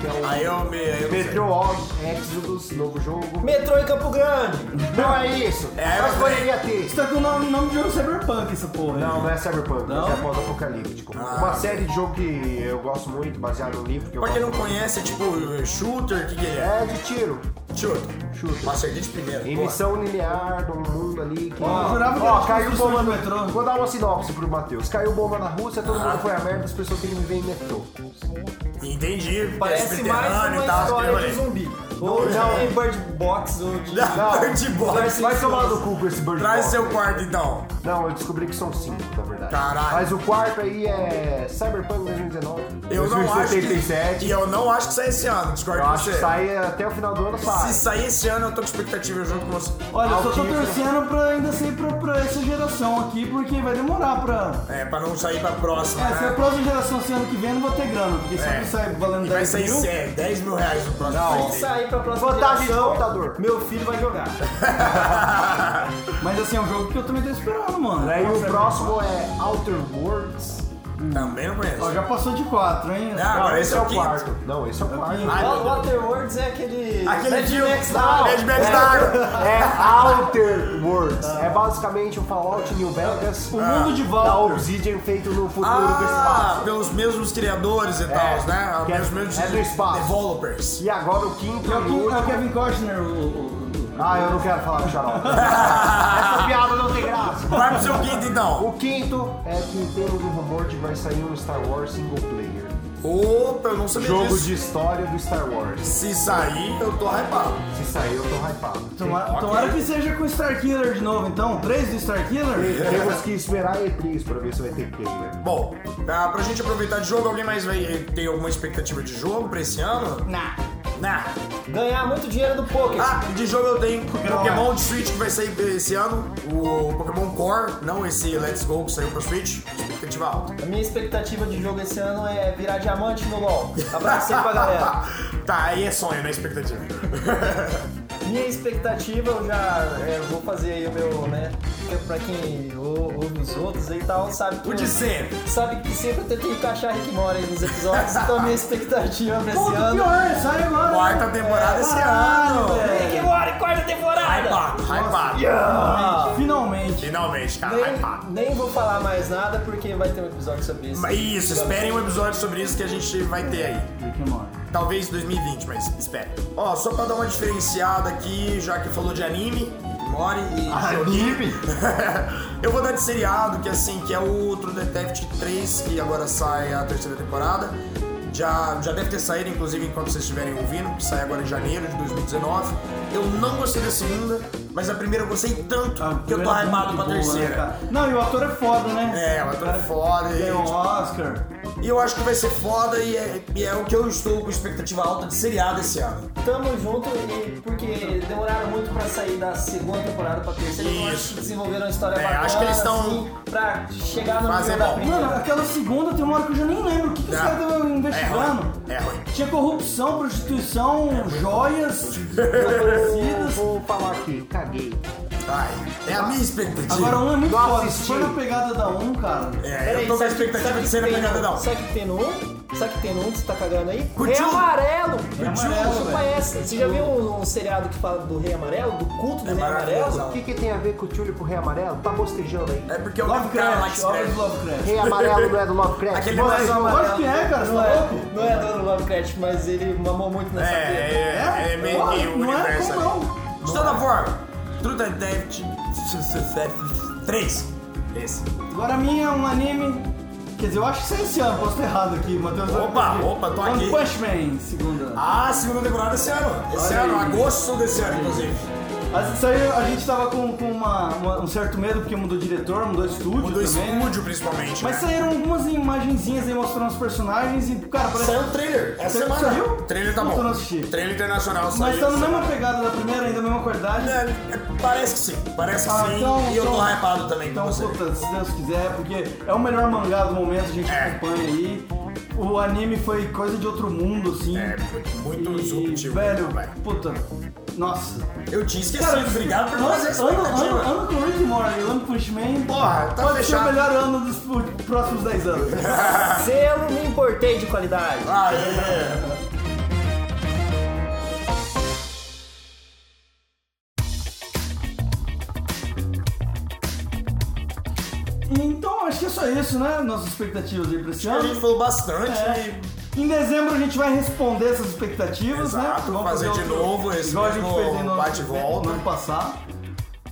que é o Aí eu me. aí eu me- Metro Exodus, novo jogo. Metrô em Campo Grande. Não é isso, É, mas mas poderia ter. Isso tá com o nome, nome de jogo Cyberpunk, essa porra. Não, não é Cyberpunk, Não? mas é pós-apocalíptico. Ah, Uma série de jogo que eu gosto muito, baseado no livro que eu Pra quem não gosto muito. conhece, é tipo shooter, o que, que ele é? É de tiro, Shooter. chute. Mas acertei de primeiro. Em pô. missão linear de um mundo ali que. Ó, eu jurava que era tipo né, Ó, de caiu construção bomba de no metrô. Vou dar uma sinopse pro Matheus. Caiu bomba na Rússia, todo Ah. mundo foi a merda, as pessoas têm que viver em metrô. Entendi. Parece mais veterano uma e tal, história de beleza. zumbi. Ou não. de Bird Box, ou de... é. Não, Bird Box. Vai tomar no cu com esse Bird Assim, Traz Box, seu né? quarto então. Não, eu descobri que são cinco, na verdade. Caralho. Mas o quarto aí é Cyberpunk 2019. Eu não acho. Que, 2077. e eu não acho que sai esse ano, discordo Eu de acho que você. sai até o final do ano, sai. Se sair esse ano, eu tô com expectativa junto com você. Olha, eu só tô Altíssimo. torcendo pra ainda ser pra, pra essa geração aqui, porque vai demorar pra. É, pra não sair pra próxima. É, se a né? próxima geração ser ano que vem, eu não vou ter grana, porque sempre É. sai valendo E vai 10 sair mil. sério, 10 mil reais no próximo. Não. Se sair pra próxima Vantagem de geração, computador. meu filho vai jogar. Mas assim, é um jogo que eu também tô esperando, mano. Né? Daí o próximo é Outer Worlds. Também não conheço. Ó, já passou de 4, hein? Ah, Não, agora esse é o quinto. quarto. Não, esse é o quarto. Ai, meu O Waterworlds é aquele... Aquele Mad dia. Max da hora. Mad Max da água. É Outer Worlds. É basicamente um Fallout New Vegas. O mundo de Da volta. Obsidian feito no futuro do Ah, espaço. pelos mesmos criadores e tal, né? que é- Pelos mesmos é do espaço. developers. E agora o quinto É o, e Kim- é o último. Kevin Costner, o. o- o- Ah, eu não quero falar do xarope. Essa piada não tem graça. Vai pro seu quinto então. O quinto é que temos um rumor de que vai sair um Star Wars single player. Opa, eu não sabia Jogo disso. de história do Star Wars. Se sair, eu tô hypado. Se sair, eu tô hypado. Tomara, Ok. tomara que seja com o Starkiller de novo, então. Três do Starkiller? Temos que esperar a E3 pra ver se vai ter trailer. Bom, ah, pra gente aproveitar de jogo, alguém mais vai tem alguma expectativa de jogo pra esse ano? Nah. Nah. Ganhar muito dinheiro do poker. Ah, de jogo eu tenho Pokémon de Switch que vai sair esse ano, o Pokémon Core, não esse Let's Go que saiu pro Switch, expectativa alta. A minha expectativa de jogo esse ano é virar diamante no LoL. Abraço aí pra galera. tá, aí é sonho, não é expectativa. Minha expectativa, eu já é, vou fazer aí o meu, né? porque Pra quem ou- ouve os outros aí e tal, sabe que. o eu- de sempre. Sabe que sempre eu tentei encaixar Rick Mora aí nos episódios, então a minha expectativa pra esse Ponto ano. pior, sai agora. Quarta temporada esse ano. Rick Mora em quarta temporada! Hypado, hypado. Ah, Finalmente. Finalmente, cara, hypado. nem, nem vou falar mais nada porque vai ter um episódio sobre isso. Mas Isso, esperem um episódio sobre isso que a gente vai ter aí. Rick Mora. Talvez 2020, mas espera. Ó, só pra dar uma diferenciada aqui, já que falou de anime, Mori e Ah, Anime? eu vou dar de seriado, que assim, que é o True Detective 3, que agora sai a terceira temporada. Já, já deve ter saído, inclusive, enquanto vocês estiverem ouvindo, que sai agora em janeiro de 2019. Eu não gostei da segunda, mas a primeira eu gostei tanto A que Ah, eu tô primeira armado muito pra boa, né, terceira. cara? Não, e o ator é foda, né? é, mas tá foda. e, Ganhou um tipo, Oscar. E eu acho que vai ser foda e é, e é o que eu estou com expectativa alta de seriado esse ano. Tá Tamo junto e porque demoraram muito pra sair da segunda temporada pra terceira, então acho Isso. que desenvolveram uma história É, bacana, acho que eles tão- assim, pra chegar no Fazer nível da bom. primeira. Mano, aquela segunda tem uma hora que eu já nem lembro o que, que os Não. caras estavam investigando. É ruim. É ruim. Tinha corrupção, prostituição, joias, Eu desaparecidas. vou falar aqui, caguei. Ai, é a minha expectativa. Agora um é muito Não foda. assisti. Se for na pegada da um, cara. É, Peraí, eu tô com a sabe que- expectativa sabe de que ser a tem pegada no- da um. Sabe que tem no 1? Sabe que tem no 1 que você tá cagando aí? Curtiu? Rei Amarelo! É amarelo, Chupa velho. essa. Você já viu um, um seriado que fala do Rei Amarelo? Do culto do É Rei maravilhoso. Amarelo? O que, que tem a ver com o Tule pro Rei Amarelo? Tá bostejando aí. É porque eu não cara lá que Lovecraft, obras escreve. do Lovecraft. Rei Amarelo não é do Lovecraft? Aquele Bom, mais amarelo. Lógico que é, cara, você Não tá é, louco? não é dono do Lovecraft, mas ele mamou muito É, nessa é, vida. é, é meio que o Não é universo. como ali. não. De toda forma, True Detective 3. Esse. Agora a minha é um anime. Quer dizer, eu acho que isso é esse ano, posso estar errado aqui, Matheus. vai Opa, corrigir. opa, tô One aqui. Punch Man, segunda. Ah, segunda temporada esse ano. Esse Olha ano, aí. agosto desse ano, inclusive. Mas Isso aí a gente tava com, com uma- uma- um certo medo, porque mudou diretor, mudou estúdio O do também. né? estúdio, principalmente. Mas né? saíram algumas imagenzinhas aí mostrando os personagens e, cara, parece. Saiu o trailer essa Você semana. viu? O trailer tá né? Não, bom. eu não assisti. Trailer internacional saiu. Mas tá na mesma pegada da primeira, ainda na mesma qualidade. É, é, Parece que sim, parece que Ah, sim. então- e eu tô então- hypado também Então, com você. puta, se Deus quiser, porque é o melhor mangá do momento, a gente É. acompanha aí. O anime foi coisa de outro mundo, assim. É, muito e, disruptivo, Velho, velho. puta. Nossa. Eu tinha esquecido, obrigado por nossa, fazer essa ano, expectativa. ano, ano com Rick Morty, ano com Fishman. Porra, tá Pode ser fechado. o melhor ano dos pu- próximos 10 anos. é. Selo me importei de qualidade. Ah, Aê! então, acho que é só isso, né? Nossas expectativas aí pra esse A ano. gente falou bastante É. e Em dezembro a gente vai responder essas expectativas, né? Exato, Vamos fazer de novo esse igual a gente mesmo fez aí no bate e ano, volta. no ano passado.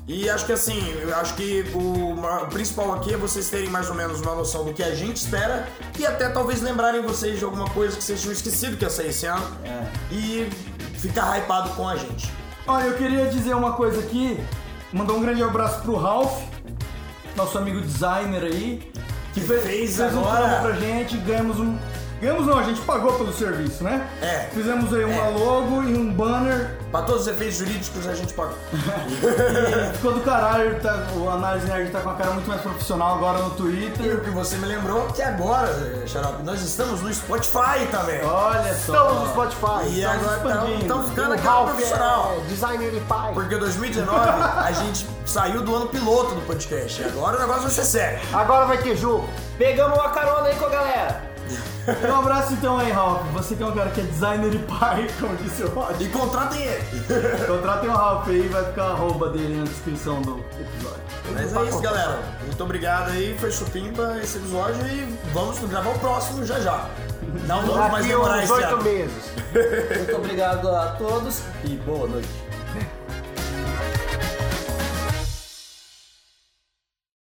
E acho que assim, eu acho que o, ma- o principal aqui é vocês terem mais ou menos uma noção do que a gente espera e até talvez lembrarem vocês de alguma coisa que vocês tinham esquecido que ia sair esse ano É. e ficar hypado com a gente. Olha, eu queria dizer uma coisa aqui, mandar um grande abraço pro Ralph, nosso amigo designer aí, que fe- fez um agora. trampo pra gente, ganhamos um. Ganhamos não, a gente pagou pelo serviço, né? É. Fizemos aí uma logo e um banner. Pra todos os efeitos jurídicos, a gente pode. E ficou do caralho, tá, o Análise Nerd tá com a cara muito mais profissional agora no E o Twitter. que você me lembrou que agora, Xarope, nós estamos no Spotify também. Olha só. Estamos no Spotify. e agora expandindo. estamos O ficando aquela Ralph profissional. é designer e pai. Porque 2019 a gente saiu do ano piloto do podcast. E agora o negócio vai ser sério. Agora vai ter jogo. Pegamos uma carona aí com a galera. Um abraço então aí, Ralph. Você que é um cara que é designer e pai, como disse o Rod. E contratem ele. Contratem o Ralph aí, vai ficar a arroba dele na descrição do episódio. Mas é isso, galera. Muito obrigado aí. Foi supimpa esse episódio e vamos gravar o próximo já já. Não vamos mais Daqui demorar uns esse oito ano. meses. Muito obrigado a todos e boa noite.